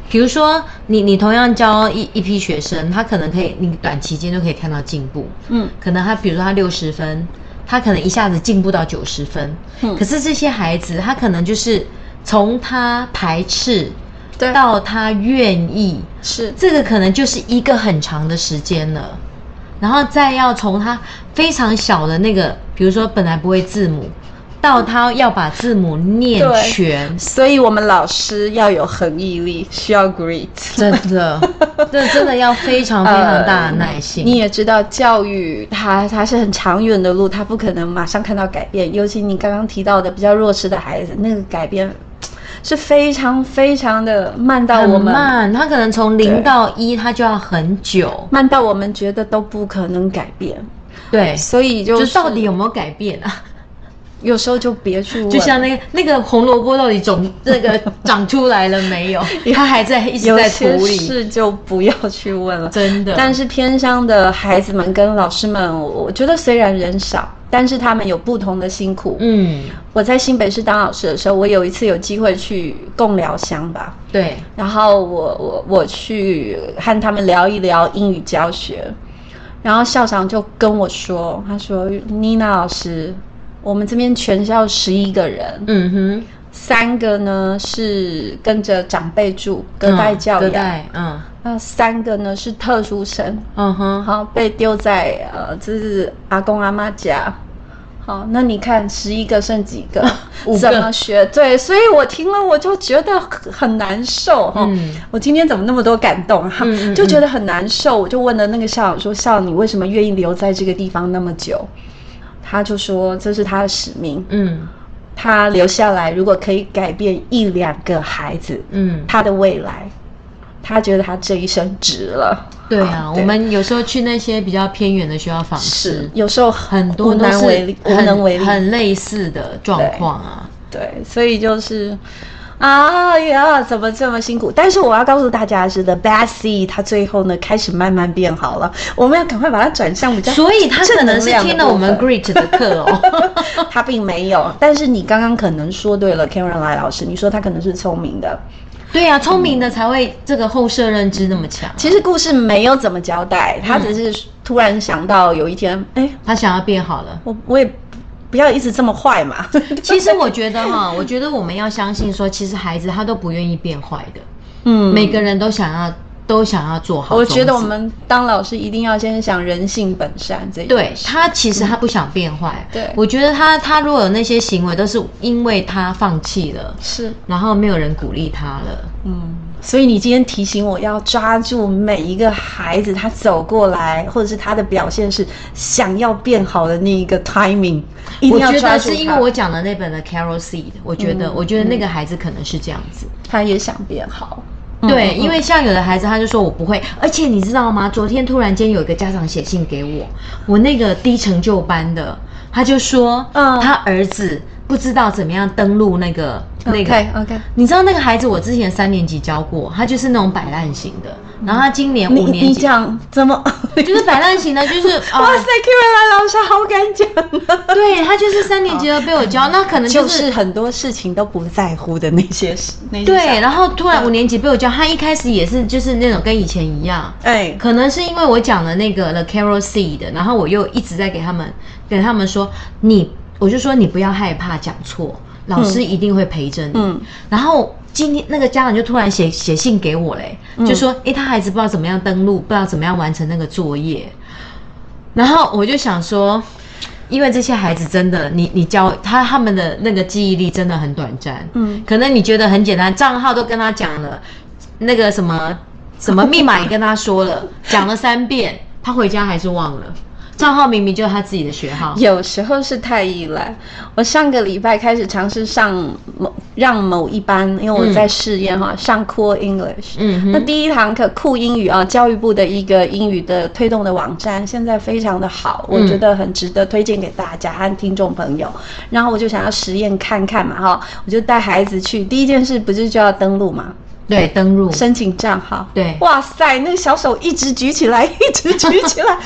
Speaker 1: 比如说你，你同样教一一批学生，他可能可以，你短期间就可以看到进步。
Speaker 2: 嗯，
Speaker 1: 可能他比如说他六十分，他可能一下子进步到九十分。
Speaker 2: 嗯
Speaker 1: 可是这些孩子，他可能就是从他排斥
Speaker 2: 对
Speaker 1: 到他愿意，
Speaker 2: 是
Speaker 1: 这个可能就是一个很长的时间了，然后再要从他非常小的那个，比如说本来不会字母，到他要把字母念
Speaker 2: 对
Speaker 1: 全，
Speaker 2: 所以我们老师要有恒毅力，需要 grit。呃
Speaker 1: 真的， 这真的要非哦常非常大的耐心。
Speaker 2: 你也知道，教育它它是很长远的路，它不可能马上看到改变。尤其你刚刚提到的比较弱势的孩子，那个改变是非常非常的慢到我
Speaker 1: 很
Speaker 2: 们
Speaker 1: 慢，他可能从零
Speaker 2: 对
Speaker 1: 到一，他就要很久。
Speaker 2: 慢到我们觉得都不可能改变，
Speaker 1: 对，
Speaker 2: 所以就
Speaker 1: 就是到底有没有改变啊？
Speaker 2: 有时候就别去问，
Speaker 1: 就像那个那个红萝卜到底种那个长出来了没 有？它还在一直
Speaker 2: 有
Speaker 1: 在土
Speaker 2: 些
Speaker 1: 里，
Speaker 2: 事就不要去问了。
Speaker 1: 真的。
Speaker 2: 但是偏乡的孩子们跟老师们，我我觉得虽然人少，但是他们有不同的辛苦。
Speaker 1: 嗯，
Speaker 2: 我在新北市当老师的时候，我有一次有机会去共疗乡吧，
Speaker 1: 对，
Speaker 2: 然后我我我去和他们聊一聊英语教学，然后校长就跟我说，他说妮娜老师，我们这边全校十一个人，
Speaker 1: 嗯哼。
Speaker 2: 三个呢是跟着长辈住，隔
Speaker 1: 嗯
Speaker 2: 代教
Speaker 1: 隔
Speaker 2: 养，
Speaker 1: 代，嗯
Speaker 2: 那三个呢是特殊生，
Speaker 1: 嗯哼，
Speaker 2: 好被丢在呃，就是阿公阿妈家。好，那你看十一个剩几个
Speaker 1: 五？个
Speaker 2: 怎么学？对，所以我听了我就觉得很很难受哈、
Speaker 1: 嗯
Speaker 2: 我今天怎么那么多感动啊哈、
Speaker 1: 嗯嗯
Speaker 2: 就觉得很难受。我就问了那个校长说：“校长，你为什么愿意留在这个地方那么久？”他就说：“这是他的使命。
Speaker 1: 嗯
Speaker 2: 他留下来，如果可以改变一两个孩子，
Speaker 1: 嗯，
Speaker 2: 他的未来，他觉得他这一生值了。
Speaker 1: 对啊，
Speaker 2: 好
Speaker 1: 我们有时候去那些比较偏远的学校访
Speaker 2: 是
Speaker 1: 视，
Speaker 2: 有时候
Speaker 1: 很多
Speaker 2: 无
Speaker 1: 都
Speaker 2: 能
Speaker 1: 是
Speaker 2: 为力，无
Speaker 1: 很
Speaker 2: 能为力。
Speaker 1: 很类似的状况啊，
Speaker 2: 对，所以就是。啊呀，怎么这么辛苦？但是我要告诉大家的是，The Bad Seed 它最后呢开始慢慢变好了，我们要赶快把它转向比较。
Speaker 1: 所以他可能是听了我们 Great 的课 哦，
Speaker 2: 他并没有，但是你刚刚可能说对了，Karen 来老师，你说他可能是聪明的，
Speaker 1: 对啊，聪明的才会这个后设认知那么强，
Speaker 2: 其实故事没有怎么交代，他只是突然想到有一天，哎、
Speaker 1: 他想要变好了。
Speaker 2: 我我也不要一直这么坏 嘛。
Speaker 1: 其实我觉得哈，我觉得我们要相信说，其实孩子他都不愿意变坏的，
Speaker 2: 嗯
Speaker 1: 每个人都想要都想要做好
Speaker 2: 我
Speaker 1: 种子。
Speaker 2: 觉得我们当老师一定要先想人性本善这一件
Speaker 1: 对
Speaker 2: 事
Speaker 1: 他，其实他不想变坏。
Speaker 2: 嗯对
Speaker 1: 我觉得他他如果有那些行为，都是因为他放弃了，
Speaker 2: 是
Speaker 1: 然后没有人鼓励他了。
Speaker 2: 嗯，所以你今天提醒我要抓住每一个孩子他走过来，或者是他的表现是想要变好的那一个 timing，一定
Speaker 1: 我
Speaker 2: 要
Speaker 1: 觉
Speaker 2: 抓
Speaker 1: 得
Speaker 2: 住
Speaker 1: 是因为
Speaker 2: 他
Speaker 1: 我讲的那本的《Carol Seed》，我觉得、
Speaker 2: 嗯
Speaker 1: 我觉得那个孩子可能是这样子。
Speaker 2: 他也想变好。
Speaker 1: 对，
Speaker 2: 嗯
Speaker 1: 因为像有的孩子，他就说我不会，而且你知道吗？昨天突然间有一个家长写信给我，我那个低成就班的，他就说，
Speaker 2: 嗯
Speaker 1: 他儿子不知道怎么样登录那个那个
Speaker 2: OK OK，
Speaker 1: 你知道那个孩子，我之前三年级教过，他就是那种摆烂型的。然后他今年哦
Speaker 2: 你
Speaker 1: 五
Speaker 2: 你
Speaker 1: 年级，
Speaker 2: 讲怎么？
Speaker 1: 就是摆烂型的，就是啊
Speaker 2: 哇，塞，Q 老师好敢讲啊！
Speaker 1: 对他就是三年级的被我教，那可能
Speaker 2: 哦就
Speaker 1: 就是是
Speaker 2: 很多事情都不在乎的那些 事，那些
Speaker 1: 对，
Speaker 2: 小嗯
Speaker 1: 然后突然五年级被我教，他一开始也是就是那种跟以前一样，
Speaker 2: 哎，
Speaker 1: 可能是因为我讲了那个 The Carol Seed，然后我又一直在给他们给他们说，你我就说你不要害怕讲错，老师一定会陪着你。
Speaker 2: 嗯
Speaker 1: 然后今天那个家长就突然写写信给我嘞，
Speaker 2: 嗯
Speaker 1: 就说诶，他孩子不知道怎么样登录，不知道怎么样完成那个作业。然后我就想说，因为这些孩子真的，你你教他他们的那个记忆力真的很短暂，
Speaker 2: 嗯
Speaker 1: 可能你觉得很简单，账号都跟他讲了，那个什么什么密码也跟他说 了，讲了三遍，他回家还是忘了。账号明明就是他自己的学 号，
Speaker 2: 有时候是太依赖。我上个礼拜开始尝试上某让某一班，因为我
Speaker 1: 嗯
Speaker 2: 在试验哈、上 Cool English。
Speaker 1: 嗯哼
Speaker 2: 那第一堂课酷英语啊，教育部的一个英语的推动的网站，现在非常的好，我
Speaker 1: 嗯
Speaker 2: 觉得很值得推荐给大家和听众朋友。然后我就想要实验看看嘛哈，我就带孩子去，第一件事不是就要登录嘛，
Speaker 1: 对，登入，
Speaker 2: 申请账号。
Speaker 1: 对
Speaker 2: 哇塞，那个小手一直举起来，一直举起 来，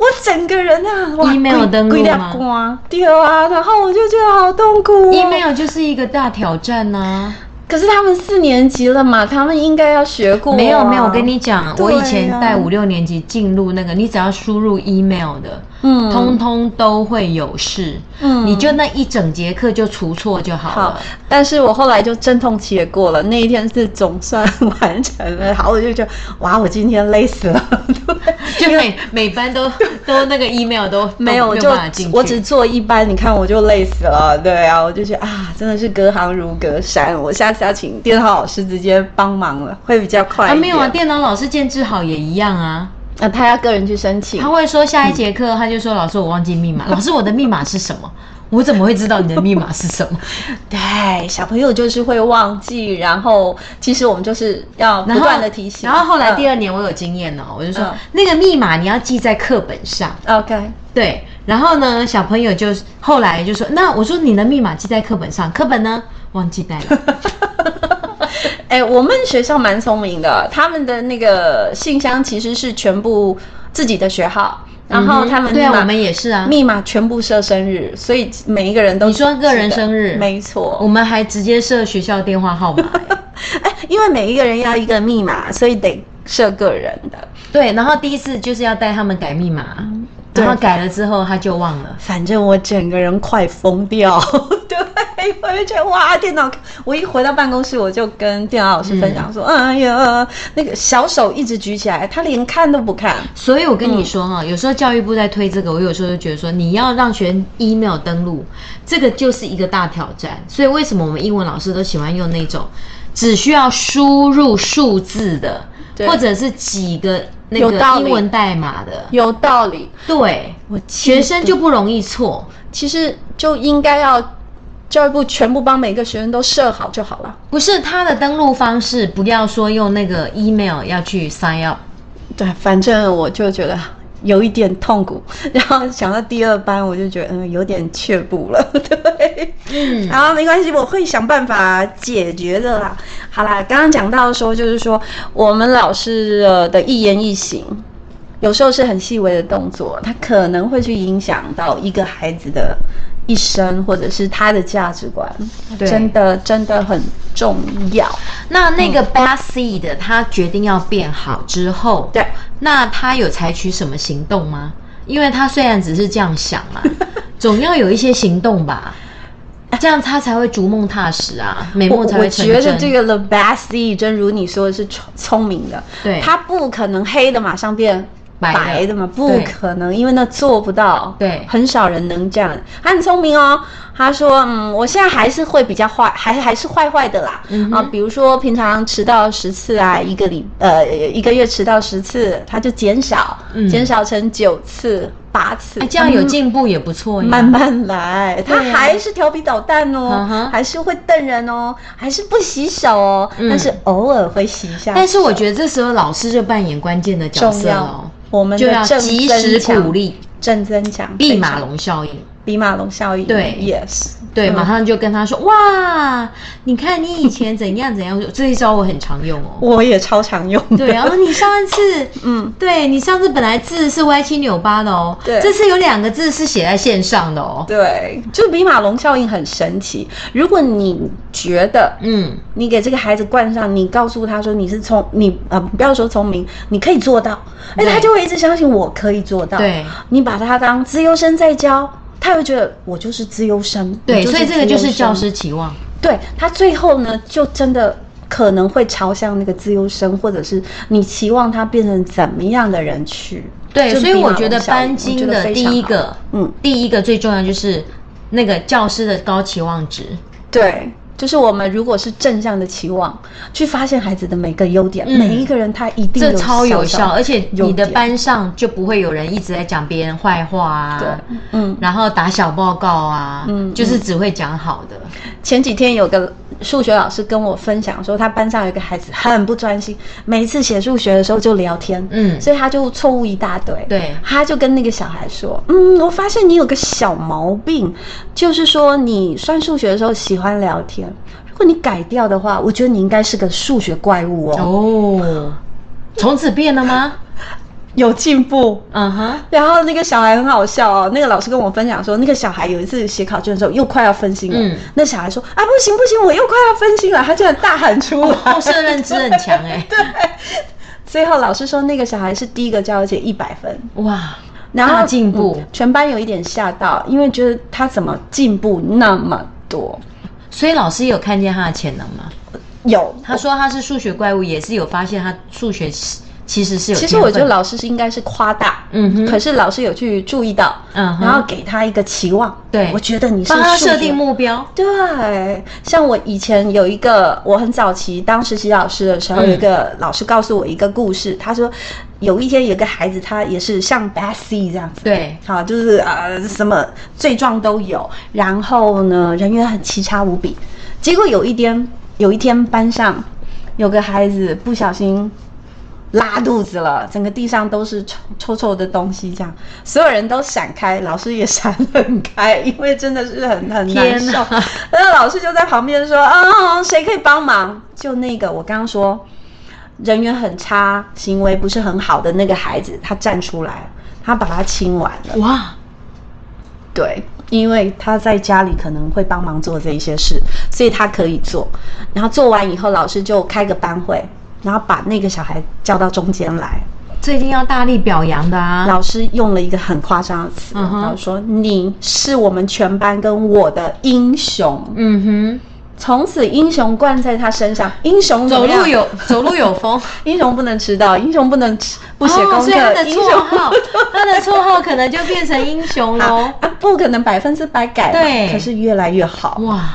Speaker 2: 我整个人啊，哇
Speaker 1: Email 登录吗
Speaker 2: 光，对啊，然后我就觉得好痛苦、哦。
Speaker 1: email 就是一个大挑战啊呐、
Speaker 2: 可是他们四年级了嘛，他们应该要学过、啊
Speaker 1: 没有没有，我跟你，讲，
Speaker 2: 对啊
Speaker 1: 我以
Speaker 2: 呀
Speaker 1: 前带五六年级进入那个，你只要输入 email 的，
Speaker 2: 嗯
Speaker 1: 通通都会有事，
Speaker 2: 嗯
Speaker 1: 你就那一整节课就除错就好
Speaker 2: 好
Speaker 1: 了。，
Speaker 2: 但是我后来就阵痛期也过了，那一天是总算 完成了。好，我就觉得哇，我今天累死了。对
Speaker 1: 就每每班都都那个 email 都都
Speaker 2: 没有，我
Speaker 1: 有
Speaker 2: 就
Speaker 1: 办法进去
Speaker 2: 我只做一班，你看我就累死了。对啊，我就觉得啊，真的是隔行如隔山。我下次要请电脑老师直接帮忙了，会比较快一
Speaker 1: 啊
Speaker 2: 点。
Speaker 1: 没有啊，电脑老师建制好也一样啊，
Speaker 2: 啊，他要个人去申请
Speaker 1: 他。会说下一节课他就说老师我忘记 密码，老师我的密码是什么？我怎么会知道你的密码是什 么？
Speaker 2: 对，小朋友就是会忘记，然后其实我们就是要不
Speaker 1: 然后
Speaker 2: 断的提醒。嗯
Speaker 1: 然后后来第
Speaker 2: 二、
Speaker 1: 二年我有经验哦，我就说
Speaker 2: 嗯
Speaker 1: 那个密码你要记在课本上。
Speaker 2: OK，
Speaker 1: 对，然后呢，小朋友就后来就说，那我说你的密码记在课本上，课本呢忘记带了，
Speaker 2: 哎、我们学校蛮聪明的，他们的那个信箱其实是全部自己的学号， 然后他们
Speaker 1: 对啊，
Speaker 2: 密码
Speaker 1: 我们也是啊，
Speaker 2: 密码全部设生日，所以每一个人都嗯
Speaker 1: 你说个人
Speaker 2: 记得
Speaker 1: 生日
Speaker 2: 没
Speaker 1: 我
Speaker 2: 错。
Speaker 1: 们还直接设学校电话号码欸、
Speaker 2: 哎，因为每一个人要一个密码，所以得设个人的。
Speaker 1: 对，然后第一次就是要带他们改密码，
Speaker 2: 嗯对
Speaker 1: 然后改了之后他就忘了。
Speaker 2: 反正我整个人快疯掉， 对，我就觉得哇，电脑，我一回到办公室，我就跟电脑老师分享说，嗯、哎呀，那个小手一直举起来，他连看都不看，
Speaker 1: 所以我跟你说啊
Speaker 2: 嗯
Speaker 1: 哈、有时候教育部在推这个，我有时候就觉得说，你要让学生 email 登录，这个就是一个大挑战。所以为什么我们英文老师都喜欢用那种只需要输入数字的，
Speaker 2: 对
Speaker 1: 或者是几个那
Speaker 2: 有道
Speaker 1: 个
Speaker 2: 理
Speaker 1: 英文代码的？
Speaker 2: 有道理。
Speaker 1: 对，
Speaker 2: 我
Speaker 1: 学生就不容易错。
Speaker 2: 其实就应该要教育部全部帮每个学生都设好就好了。
Speaker 1: 不是他的登录方式，不要说用那个 email 要去 sign up，
Speaker 2: 对，反正我就觉得有一点痛苦， 然后想到第二班，我就觉得嗯有点却步了， 对。
Speaker 1: 嗯
Speaker 2: 然后没关系，我会想办法解决的啦。好啦，刚刚讲到说，就是说我们老师呃的一言一行。有时候是很细微的动作，它可能会去影响到一个孩子的一生，或者是他的价值观，
Speaker 1: 对
Speaker 2: 真的真的很重要。
Speaker 1: 那那
Speaker 2: 嗯
Speaker 1: 个 bad seed 他决定要变好之后，
Speaker 2: 对，
Speaker 1: 那他有采取什么行动吗？因为他虽然只是这样想 啦，总要有一些行动吧，这样他才会逐梦踏实啊，美
Speaker 2: 我
Speaker 1: 梦才
Speaker 2: 我
Speaker 1: 会成
Speaker 2: 觉
Speaker 1: 真。
Speaker 2: 得这个 The Best C 真如你说的是聪聪明的，
Speaker 1: 对
Speaker 2: 他不可能黑的马上变。
Speaker 1: 白的
Speaker 2: 白的嘛，不
Speaker 1: 对
Speaker 2: 可能，因为那做不到。
Speaker 1: 对
Speaker 2: 很少人能这样。他很聪明哦，他说：“嗯，我现在还是会比较坏，还还是坏坏的啦。
Speaker 1: 嗯哼
Speaker 2: 啊，比如说平常迟到十次啊，一个礼呃一个月迟到十次，他就减少，
Speaker 1: 嗯
Speaker 2: 减少成九次、八次。
Speaker 1: 哎这样有进步也不错呀。
Speaker 2: 慢慢来，他
Speaker 1: 对啊
Speaker 2: 还是调皮捣蛋哦，
Speaker 1: 嗯哼
Speaker 2: 还是会瞪人哦，还是不洗手哦，
Speaker 1: 嗯
Speaker 2: 但是偶尔会洗一下手。
Speaker 1: 但是我觉得这时候老师就扮演关键的角
Speaker 2: 重
Speaker 1: 色
Speaker 2: 要
Speaker 1: 了，，
Speaker 2: 我们
Speaker 1: 就
Speaker 2: 的
Speaker 1: 要
Speaker 2: 正
Speaker 1: 及
Speaker 2: 增
Speaker 1: 时
Speaker 2: 强
Speaker 1: 鼓，励，
Speaker 2: 正增强，
Speaker 1: 弼
Speaker 2: 非
Speaker 1: 马
Speaker 2: 常，
Speaker 1: 龙效应。
Speaker 2: 弼马龙效应，
Speaker 1: 对
Speaker 2: ，yes，
Speaker 1: 对，
Speaker 2: 嗯
Speaker 1: 马上就跟他说：“哇，你看你以前怎样怎样。” 我说这一招我很常用哦。
Speaker 2: 我也超常用的。
Speaker 1: 对，啊然后你上一次，
Speaker 2: 嗯，
Speaker 1: 对你上次本来字是歪七扭八的哦，
Speaker 2: 对
Speaker 1: 这次有两个字是写在线上的哦。
Speaker 2: 对，就比马龙效应很神奇。如果你觉得
Speaker 1: 嗯，
Speaker 2: 你给这个孩子冠上，你告诉他说你是聪，你呃不要说聪明，你可以做到，哎，
Speaker 1: 对
Speaker 2: 他就会一直相信我可以做到。
Speaker 1: 对，
Speaker 2: 你把他当资优生在教，他会觉得我就是资优生。
Speaker 1: 对，
Speaker 2: 我
Speaker 1: 所以这个就是
Speaker 2: 资优生
Speaker 1: 教师。期望。
Speaker 2: 对他最后呢，就真的可能会朝向那个资优生，或者是你期望他变成怎么样的人去。
Speaker 1: 对，
Speaker 2: 就
Speaker 1: 所以
Speaker 2: 比马
Speaker 1: 我
Speaker 2: 龙
Speaker 1: 觉得
Speaker 2: 效
Speaker 1: 班
Speaker 2: 应我觉
Speaker 1: 经
Speaker 2: 得
Speaker 1: 的
Speaker 2: 非
Speaker 1: 第
Speaker 2: 常
Speaker 1: 一
Speaker 2: 好
Speaker 1: 个，
Speaker 2: 嗯，
Speaker 1: 第一个最重要就是那个教师的高期望值。
Speaker 2: 对，就是我们如果是正向的期望，去发现孩子的每个优点，
Speaker 1: 嗯
Speaker 2: 每一个人他一定
Speaker 1: 这超有效，
Speaker 2: 小小
Speaker 1: 而且你的
Speaker 2: 优点，
Speaker 1: 班上就不会有人一直在讲别人坏话啊，
Speaker 2: 对，嗯，
Speaker 1: 然后打小报告啊，
Speaker 2: 嗯
Speaker 1: 就是只会讲好的。
Speaker 2: 前几天有个数学老师跟我分享说，他班上有一个孩子很不专心，每一次写数学的时候就聊天，
Speaker 1: 嗯
Speaker 2: 所以他就错误一大堆。
Speaker 1: 对
Speaker 2: 他就跟那个小孩说，嗯，我发现你有个小毛病，就是说你算数学的时候喜欢聊天。如果你改掉的话，我觉得你应该是个数学怪物哦
Speaker 1: 哦，从此变了 吗？
Speaker 2: 有进步。
Speaker 1: 嗯哼，
Speaker 2: 然后那个小孩很好笑哦，那个老师跟我分享说，那个小孩有一次写考卷的时候又快要分心了，
Speaker 1: 嗯
Speaker 2: 那小孩说啊不行不行，我又快要分心了，他竟然大喊出来，
Speaker 1: 后设认知很强哎、
Speaker 2: 最后老师说那个小孩是第一个交姐一百分，
Speaker 1: 哇，
Speaker 2: 然后
Speaker 1: 大进步
Speaker 2: 嗯全班有一点吓到，因为觉得他怎么进步那么多？
Speaker 1: 所以老师有看见他的潜能吗？
Speaker 2: 有，
Speaker 1: 他说他是数学怪物，也是有发现他数学是其实是有
Speaker 2: 其
Speaker 1: 天分。
Speaker 2: 实我觉得老师是应该是夸大，
Speaker 1: 嗯哼
Speaker 2: 可是老师有去注意到，
Speaker 1: 嗯哼
Speaker 2: 然后给他一个期望，
Speaker 1: 对
Speaker 2: 我觉得你是
Speaker 1: 帮他
Speaker 2: 数学
Speaker 1: 设定目标，
Speaker 2: 对，像我以前有一个，我很早期当实习老师的时候，
Speaker 1: 嗯
Speaker 2: 有一个老师告诉我一个故事，他说有一天有一个孩子，他也是像 Bessie 这样子，
Speaker 1: 对，
Speaker 2: 好，就是呃什么罪状都有，然后呢人缘很奇差无比，结果有一天有一天班上有个孩子不小心拉肚子了，整个地上都是臭臭臭的东西，这样所有人都闪开，老师也闪 很开，因为真的是很很难
Speaker 1: 天
Speaker 2: 受
Speaker 1: 哪。
Speaker 2: 那老师就在旁边说：“啊、谁可以帮忙？”就那个我刚刚说人缘很差、行为不是很好的那个孩子，他站出来，他把他亲完了。
Speaker 1: 哇，
Speaker 2: 对，因为他在家里可能会帮忙做这一些事，所以他可以做。然后做完以后，老师就开个班会，然后把那个小孩叫到中间来。
Speaker 1: 这一定要大力表扬的啊！
Speaker 2: 老师用了一个很夸张的词，
Speaker 1: 嗯哼
Speaker 2: 然后说：“你是我们全班跟我的英雄。
Speaker 1: 嗯”
Speaker 2: 从此，英雄冠在他身上。英雄
Speaker 1: 哼，
Speaker 2: 怎
Speaker 1: 走
Speaker 2: 么样
Speaker 1: 路有走路有风，
Speaker 2: 英雄不能迟到，英雄不能迟不写功
Speaker 1: 哦所以他
Speaker 2: 课，
Speaker 1: 的
Speaker 2: 英
Speaker 1: 绰
Speaker 2: 雄
Speaker 1: 号，他的绰号可能就变成英雄喽。
Speaker 2: 啊不可能百分之百改嘛，
Speaker 1: 对
Speaker 2: 可是越来越 好。
Speaker 1: 哇，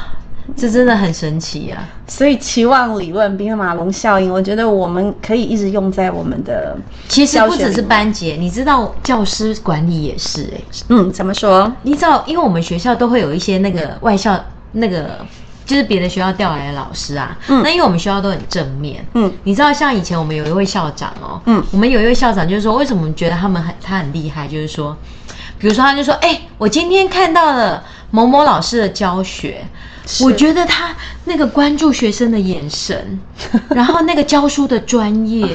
Speaker 1: 这真的很神奇啊！
Speaker 2: 所以期望理论、比马龙效应，我觉得我们可以一直用在我们的，
Speaker 1: 其实不只
Speaker 2: 教学
Speaker 1: 是
Speaker 2: 里面
Speaker 1: 班级，你知道教师管理也是哎、
Speaker 2: 嗯，怎么说？
Speaker 1: 你知道，因为我们学校都会有一些那个外校那个。就是别的学校调来的老师啊，
Speaker 2: 嗯
Speaker 1: 那因为我们学校都很正面，
Speaker 2: 嗯
Speaker 1: 你知道像以前我们有一位校长哦，
Speaker 2: 嗯
Speaker 1: 我们有一位校长就是说，为什么我们觉得他们很他很厉害，就是说，比如说他就说，哎、我今天看到了某某老师的教学，
Speaker 2: 是
Speaker 1: 我觉得他那个关注学生的眼 神，然后那个教书的专业，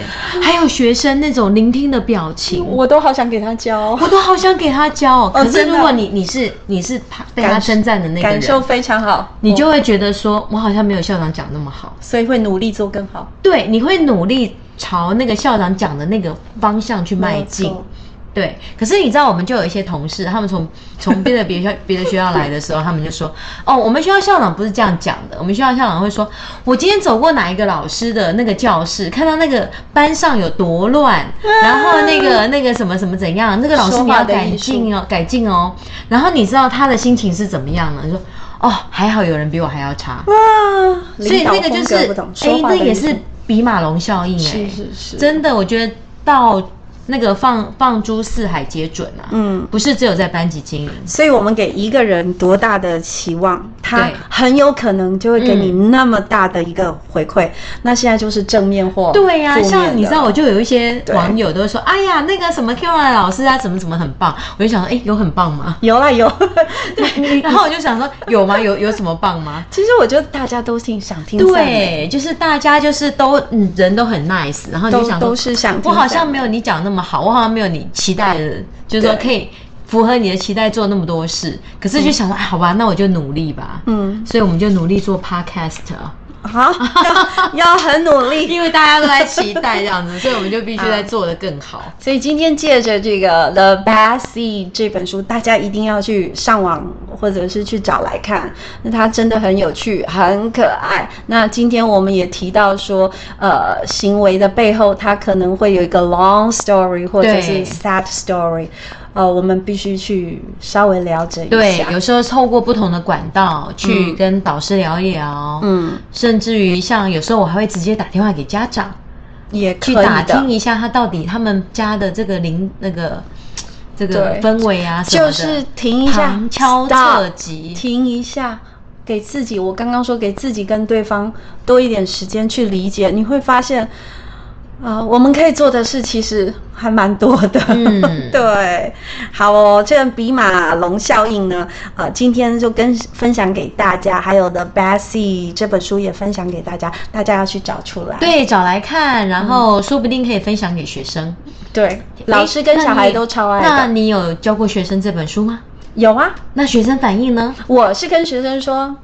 Speaker 1: 还有学生那种聆听的表情，
Speaker 2: 我都好想给他教
Speaker 1: 我，都好想给他教、哦。
Speaker 2: 哦
Speaker 1: 可是
Speaker 2: 真的
Speaker 1: 如果你你是你是他被他称赞的那个
Speaker 2: 感受
Speaker 1: 人，
Speaker 2: 非常好，
Speaker 1: 你就
Speaker 2: 我
Speaker 1: 会觉得说，我好像没有校长讲那么好。
Speaker 2: 所以会努力做更好，
Speaker 1: 对，你会努力朝那个校长讲的那个方向去迈
Speaker 2: 没
Speaker 1: 进
Speaker 2: 有错。
Speaker 1: 对，可是你知道，我们就有一些同事，他们从 从别的别的学别的学校来的时候，他们就说：“哦，我们学校校长不是这样讲的，我们学校校长会说，我今天走过哪一个老师的那个教室，看到那个班上有多乱，然后那个那个什么什么怎样，那个老师
Speaker 2: 啊说
Speaker 1: 你
Speaker 2: 话
Speaker 1: 要
Speaker 2: 的
Speaker 1: 改
Speaker 2: 艺术
Speaker 1: 进哦，改进哦。然后你知道他的心情是怎么样呢？你说哦，还好有人比我还要差。
Speaker 2: 哇，
Speaker 1: 啊所以
Speaker 2: 领导
Speaker 1: 那个就
Speaker 2: 风
Speaker 1: 是，哎
Speaker 2: 格不同说话
Speaker 1: 那
Speaker 2: 的
Speaker 1: 也
Speaker 2: 艺术
Speaker 1: 是比马龙效应、哎，
Speaker 2: 是是是，
Speaker 1: 真的，我觉得到那个放放诸四海皆准啊，
Speaker 2: 嗯，
Speaker 1: 不是只有在班级经营。
Speaker 2: 所以我们给一个人多大的期望，他
Speaker 1: 对
Speaker 2: 很有可能就会给你
Speaker 1: 嗯
Speaker 2: 那么大的一个回馈。那现在就是正面或
Speaker 1: 对呀、
Speaker 2: 负面
Speaker 1: 像你
Speaker 2: 的
Speaker 1: 知道，我就有一些
Speaker 2: 对
Speaker 1: 网友都会说，哎呀，那个什么 Q R 老师啊，怎么怎么很棒，我就想说，哎，有很棒 吗？
Speaker 2: 有啦有，
Speaker 1: 对，然后我就想说，有吗？有有什么棒吗？
Speaker 2: 其实我觉得大家都挺想听赞 美，
Speaker 1: 对，就是大家就是都嗯人都很 nice，然后你就
Speaker 2: 都
Speaker 1: 想说
Speaker 2: 都是想
Speaker 1: 我
Speaker 2: 听
Speaker 1: 好像
Speaker 2: 赞美
Speaker 1: 没有你讲那么好，我好像没有你期待的，就是说
Speaker 2: 对
Speaker 1: 可以符合你的期待做那么多事。可是就想说，哎，好吧，那我就努力吧。
Speaker 2: 嗯，
Speaker 1: 所以我们就努力做 podcast，
Speaker 2: 好， 要要很努力。
Speaker 1: 因为大家都在期待这样子， 所以我们就必须在做的更好。
Speaker 2: 所以今天借着这个《The Bad Seed》这本书，大家一定要去上网或者是去找来看，那它真的很有趣，很可爱。那今天我们也提到说，呃，行为的背后，它可能会有一个 long story 或者是
Speaker 1: 对
Speaker 2: sad story，呃，我们必须去稍微了解一
Speaker 1: 对
Speaker 2: 下。，
Speaker 1: 有时候透过不同的管道去
Speaker 2: 嗯
Speaker 1: 跟导师聊一聊，
Speaker 2: 嗯，
Speaker 1: 甚至于像有时候我还会直接打电话给家长，
Speaker 2: 也可
Speaker 1: 去
Speaker 2: 以的。
Speaker 1: 打听一下他到底他们家的这个邻那个这个
Speaker 2: 对
Speaker 1: 氛围啊什么
Speaker 2: 就
Speaker 1: 的，
Speaker 2: 是停一下
Speaker 1: 旁，敲
Speaker 2: stop
Speaker 1: 侧击。
Speaker 2: 停一下，给自己，我刚刚说给自己跟对方多一点时间去理解，你会发现，呃，我们可以做的事其实还蛮多的。
Speaker 1: 嗯
Speaker 2: 对，好哦，这个比马龙效应呢，呃，今天就跟分享给大家，还有《The Bessie》这本书也分享给大家，大家要去找出来。
Speaker 1: 对，找来看，然后说不定可以分享给学生。
Speaker 2: 对，老师跟
Speaker 1: 诶
Speaker 2: 小
Speaker 1: 那
Speaker 2: 孩
Speaker 1: 你
Speaker 2: 都超
Speaker 1: 那
Speaker 2: 爱的。
Speaker 1: 你有教过学生这本书吗？
Speaker 2: 有啊，
Speaker 1: 那学生反应呢？
Speaker 2: 我是跟学生说，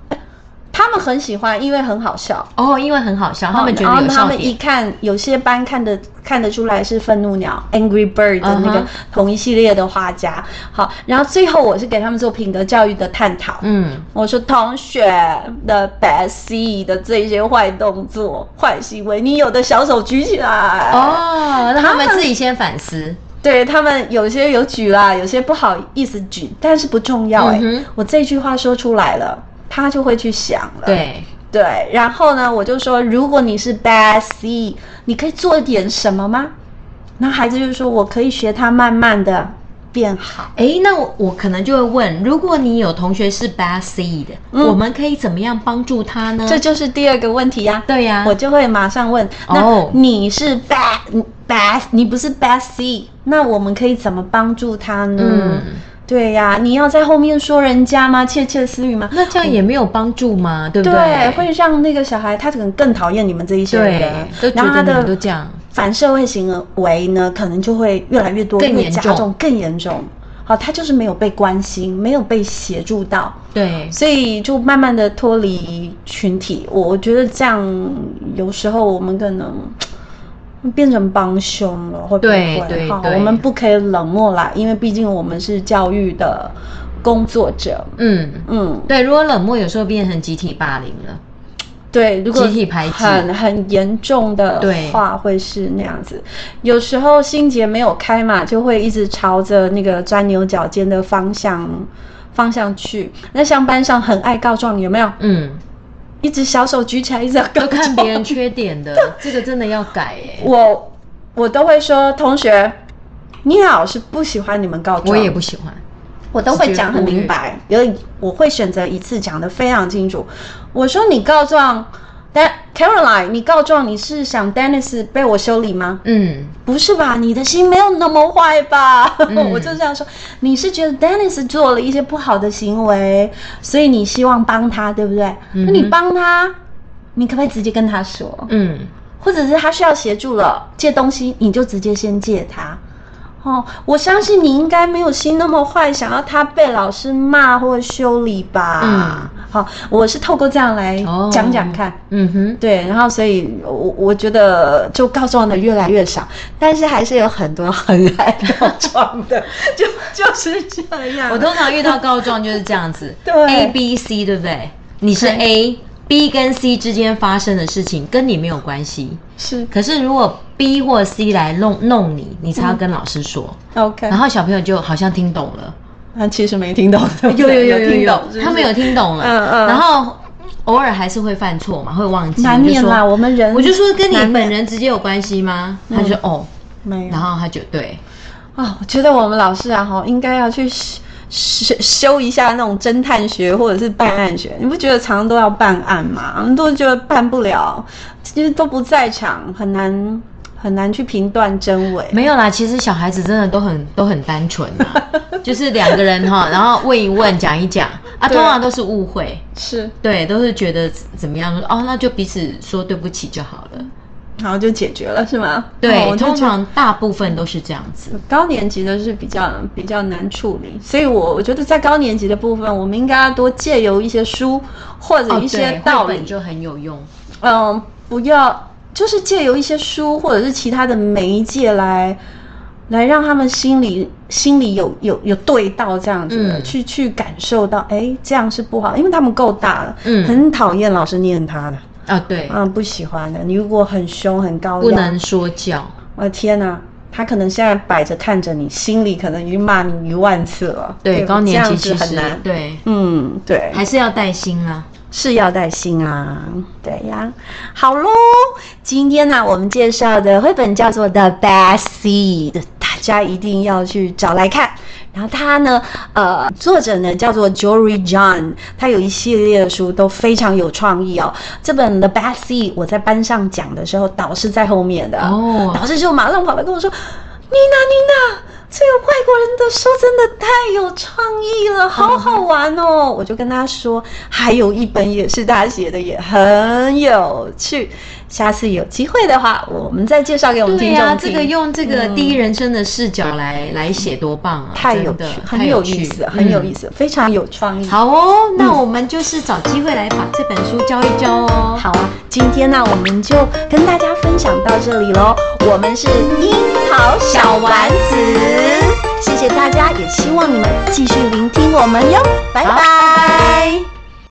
Speaker 2: 他们很喜欢，因为很好笑。
Speaker 1: 哦，因为很好笑，他们觉
Speaker 2: 然
Speaker 1: 得
Speaker 2: 后
Speaker 1: 有
Speaker 2: 他
Speaker 1: 笑
Speaker 2: 们一
Speaker 1: 点。
Speaker 2: 看，有些班看得看得出来是愤怒鸟 （Angry Bird） 的那
Speaker 1: 嗯
Speaker 2: 个
Speaker 1: 哼
Speaker 2: 同一系列的画家。好，然后最后我是给他们做品格教育的探讨。
Speaker 1: 嗯，
Speaker 2: 我说同学的 Bessie 的这些坏动作、坏行为，你有的小手举起来。
Speaker 1: 哦，让他们
Speaker 2: 他们
Speaker 1: 自己先反思。
Speaker 2: 对他们有些有举啦，有些不好意思举，但是不重要哎、
Speaker 1: 嗯哼
Speaker 2: 我这句话说出来了，他就会去想了。。
Speaker 1: 对，
Speaker 2: 对，然后呢，我就说，如果你是 Bad C，你可以做点什么吗？然后孩子就说，我可以学他慢慢的变好。
Speaker 1: 诶，那我我可能就会问，如果你有同学是 bad seed，、
Speaker 2: 嗯
Speaker 1: 我们可以怎么样帮助他呢？
Speaker 2: 这就是第二个问题呀、
Speaker 1: 对呀、
Speaker 2: 我就会马上问，那
Speaker 1: 哦
Speaker 2: 你是 Bad Bad，你不是 Bad C，那我们可以怎么帮助他呢？
Speaker 1: 嗯
Speaker 2: 对呀、你要在后面说人家吗？窃窃私语吗？
Speaker 1: 那这样也没有帮助嘛，对不
Speaker 2: 对，
Speaker 1: 对？
Speaker 2: 会让那个小孩他可能更讨厌你们这一些人
Speaker 1: 对，，都
Speaker 2: 然后
Speaker 1: 觉
Speaker 2: 他
Speaker 1: 得你
Speaker 2: 的
Speaker 1: 们都这样，
Speaker 2: 反社会行为呢，可能就会越来越多，
Speaker 1: 更
Speaker 2: 越
Speaker 1: 严
Speaker 2: 加
Speaker 1: 重
Speaker 2: 重，更严重。好，他就是没有被关心，没有被协助到，
Speaker 1: 对，
Speaker 2: 所以就慢慢的脱离群体。我我觉得这样，有时候我们可能嘖变成帮凶了，会不会？
Speaker 1: 对对
Speaker 2: 好
Speaker 1: 对
Speaker 2: 我们不可以冷漠啦，因为毕竟我们是教育的工作者。
Speaker 1: 嗯，
Speaker 2: 嗯，
Speaker 1: 对。如果冷漠，有时候变成集体霸凌了，
Speaker 2: 对，如果
Speaker 1: 集体排挤
Speaker 2: 很很严重的
Speaker 1: 对
Speaker 2: 话，会是那样子。有时候心结没有开嘛，就会一直朝着那个钻牛角尖的方向方向去。那像班上很爱告状，有没有？
Speaker 1: 嗯，
Speaker 2: 一直小手举起来，一直要告
Speaker 1: 都
Speaker 2: 状。
Speaker 1: 看别人缺点的，这个真的要改哎、
Speaker 2: 我我都会说，同学，你老是不喜欢你们告
Speaker 1: 我
Speaker 2: 状，
Speaker 1: 也不喜欢，
Speaker 2: 我都会讲很明白，有我会选择一次讲得非常清楚。我说你告状，但 Caroline，你告状，你是想 Dennis 被我修理吗？
Speaker 1: 嗯，
Speaker 2: 不是吧？你的心没有那么坏吧？
Speaker 1: 嗯
Speaker 2: 我就这样说。你是觉得 Dennis 做了一些不好的行为，所以你希望帮他，对不对？
Speaker 1: 嗯
Speaker 2: 那
Speaker 1: 哼
Speaker 2: 你帮他，你可不可以直接跟他说？
Speaker 1: 嗯，
Speaker 2: 或者是他需要协助了，借东西你就直接先借他。哦，我相信你应该没有心那么坏，想要他被老师骂或修理吧。
Speaker 1: 嗯，
Speaker 2: 好，我是透过这样来
Speaker 1: 哦
Speaker 2: 讲讲看。
Speaker 1: 嗯哼，
Speaker 2: 对，然后所以我，我我觉得就告状的越来越少，但是还是有很多很爱告状的， 就就是这 样。
Speaker 1: 我通常遇到告状就是这样子
Speaker 2: 对
Speaker 1: ，A、B、C，对不对？你是
Speaker 2: 对
Speaker 1: A。B 跟 C 之间发生的事情跟你没有关系，
Speaker 2: 是
Speaker 1: 可是如果 B 或 C 来弄弄你，你才要跟老师说，
Speaker 2: OK，
Speaker 1: 然后小朋友就好像听懂了，
Speaker 2: 那其实没听懂，对不
Speaker 1: 有有
Speaker 2: 对
Speaker 1: 有有
Speaker 2: 听懂
Speaker 1: 有，
Speaker 2: 是不
Speaker 1: 他们
Speaker 2: 是
Speaker 1: 有听懂了，
Speaker 2: 嗯嗯
Speaker 1: 然后偶尔还是会犯错嘛，会忘记，
Speaker 2: 难免啦，
Speaker 1: 我
Speaker 2: 我们人
Speaker 1: 就说我就说跟你
Speaker 2: 难免嗯
Speaker 1: 本人直接有关系吗？他就说哦，
Speaker 2: 没有
Speaker 1: 然后他就对，
Speaker 2: 啊，我觉得我们老师啊，哈，应该要去修修修一下那种侦探学或者是办案学。你不觉得常常都要办案吗？你都觉得办不了，其实都不在场，很难很难去评断真伪。
Speaker 1: 没有啦，其实小孩子真的都很都很单纯啊， 就是两个人哈，然后问一问，讲一讲啊，
Speaker 2: 对
Speaker 1: 通常都是误会，
Speaker 2: 是，
Speaker 1: 对，都是觉得怎么样哦，那就彼此说对不起就好了。
Speaker 2: 然后就解决了是吗？哦
Speaker 1: 对，
Speaker 2: 我就
Speaker 1: 通
Speaker 2: 觉得
Speaker 1: 常大部分都是这样子。
Speaker 2: 高年级的是比较比较难处理，所以我我觉得在高年级的部分，我们应该要多借由一些书或者一些
Speaker 1: 对
Speaker 2: 道
Speaker 1: 绘
Speaker 2: 理
Speaker 1: 本就很有用。
Speaker 2: 嗯，不要，就是借由一些书或者是其他的媒介来，来让他们心里心里有有有对到这样子的，
Speaker 1: 嗯
Speaker 2: 去去感受到，哎，这样是不好，因为他们够大了，
Speaker 1: 嗯
Speaker 2: 很讨厌老师念他的，
Speaker 1: 啊，对，
Speaker 2: 嗯，不喜欢的。你如果很凶很高
Speaker 1: 不
Speaker 2: 压，
Speaker 1: 能说教。
Speaker 2: 我的天哪！他可能现在摆着看着你，心里可能已经骂你一万次了。
Speaker 1: 对，高年级
Speaker 2: 嗯这
Speaker 1: 其
Speaker 2: 样子很
Speaker 1: 实
Speaker 2: 难。
Speaker 1: 对，
Speaker 2: 嗯，对，
Speaker 1: 还是要带心啊。
Speaker 2: 是要带心啊，对呀。好喽，今天呢、我们介绍的绘本叫做《The Bad Seed》，大家一定要去找来看。然后它呢，呃，作者呢叫做 Jory John，他有一系列的书都非常有创意哦。这本《The Bad Seed》，我在班上讲的时候，导师在后面的
Speaker 1: 哦
Speaker 2: 老师就马上跑来跟我说：“妮娜，妮娜，这个外国人的书真的太有创意了，好好玩哦！”我就跟他说，还有一本也是他写的，也很有趣。下次有机会的话，我们再介绍给我们
Speaker 1: 对
Speaker 2: 听众
Speaker 1: 呀、
Speaker 2: 听
Speaker 1: 这个用这个
Speaker 2: 嗯
Speaker 1: 第一人称的视角来、来写多棒啊！
Speaker 2: 太有
Speaker 1: 真
Speaker 2: 趣
Speaker 1: 的，
Speaker 2: 很有意思，很有意、思，非常有创
Speaker 1: 嗯
Speaker 2: 意。
Speaker 1: 嗯。好哦，那我们就是找机会来把这本书教一教哦。
Speaker 2: 好啊，今天呢，我们就跟大家分享到这里喽。我们是樱桃小丸子，谢谢大家，也希望你们继续聆听我们哟。拜拜。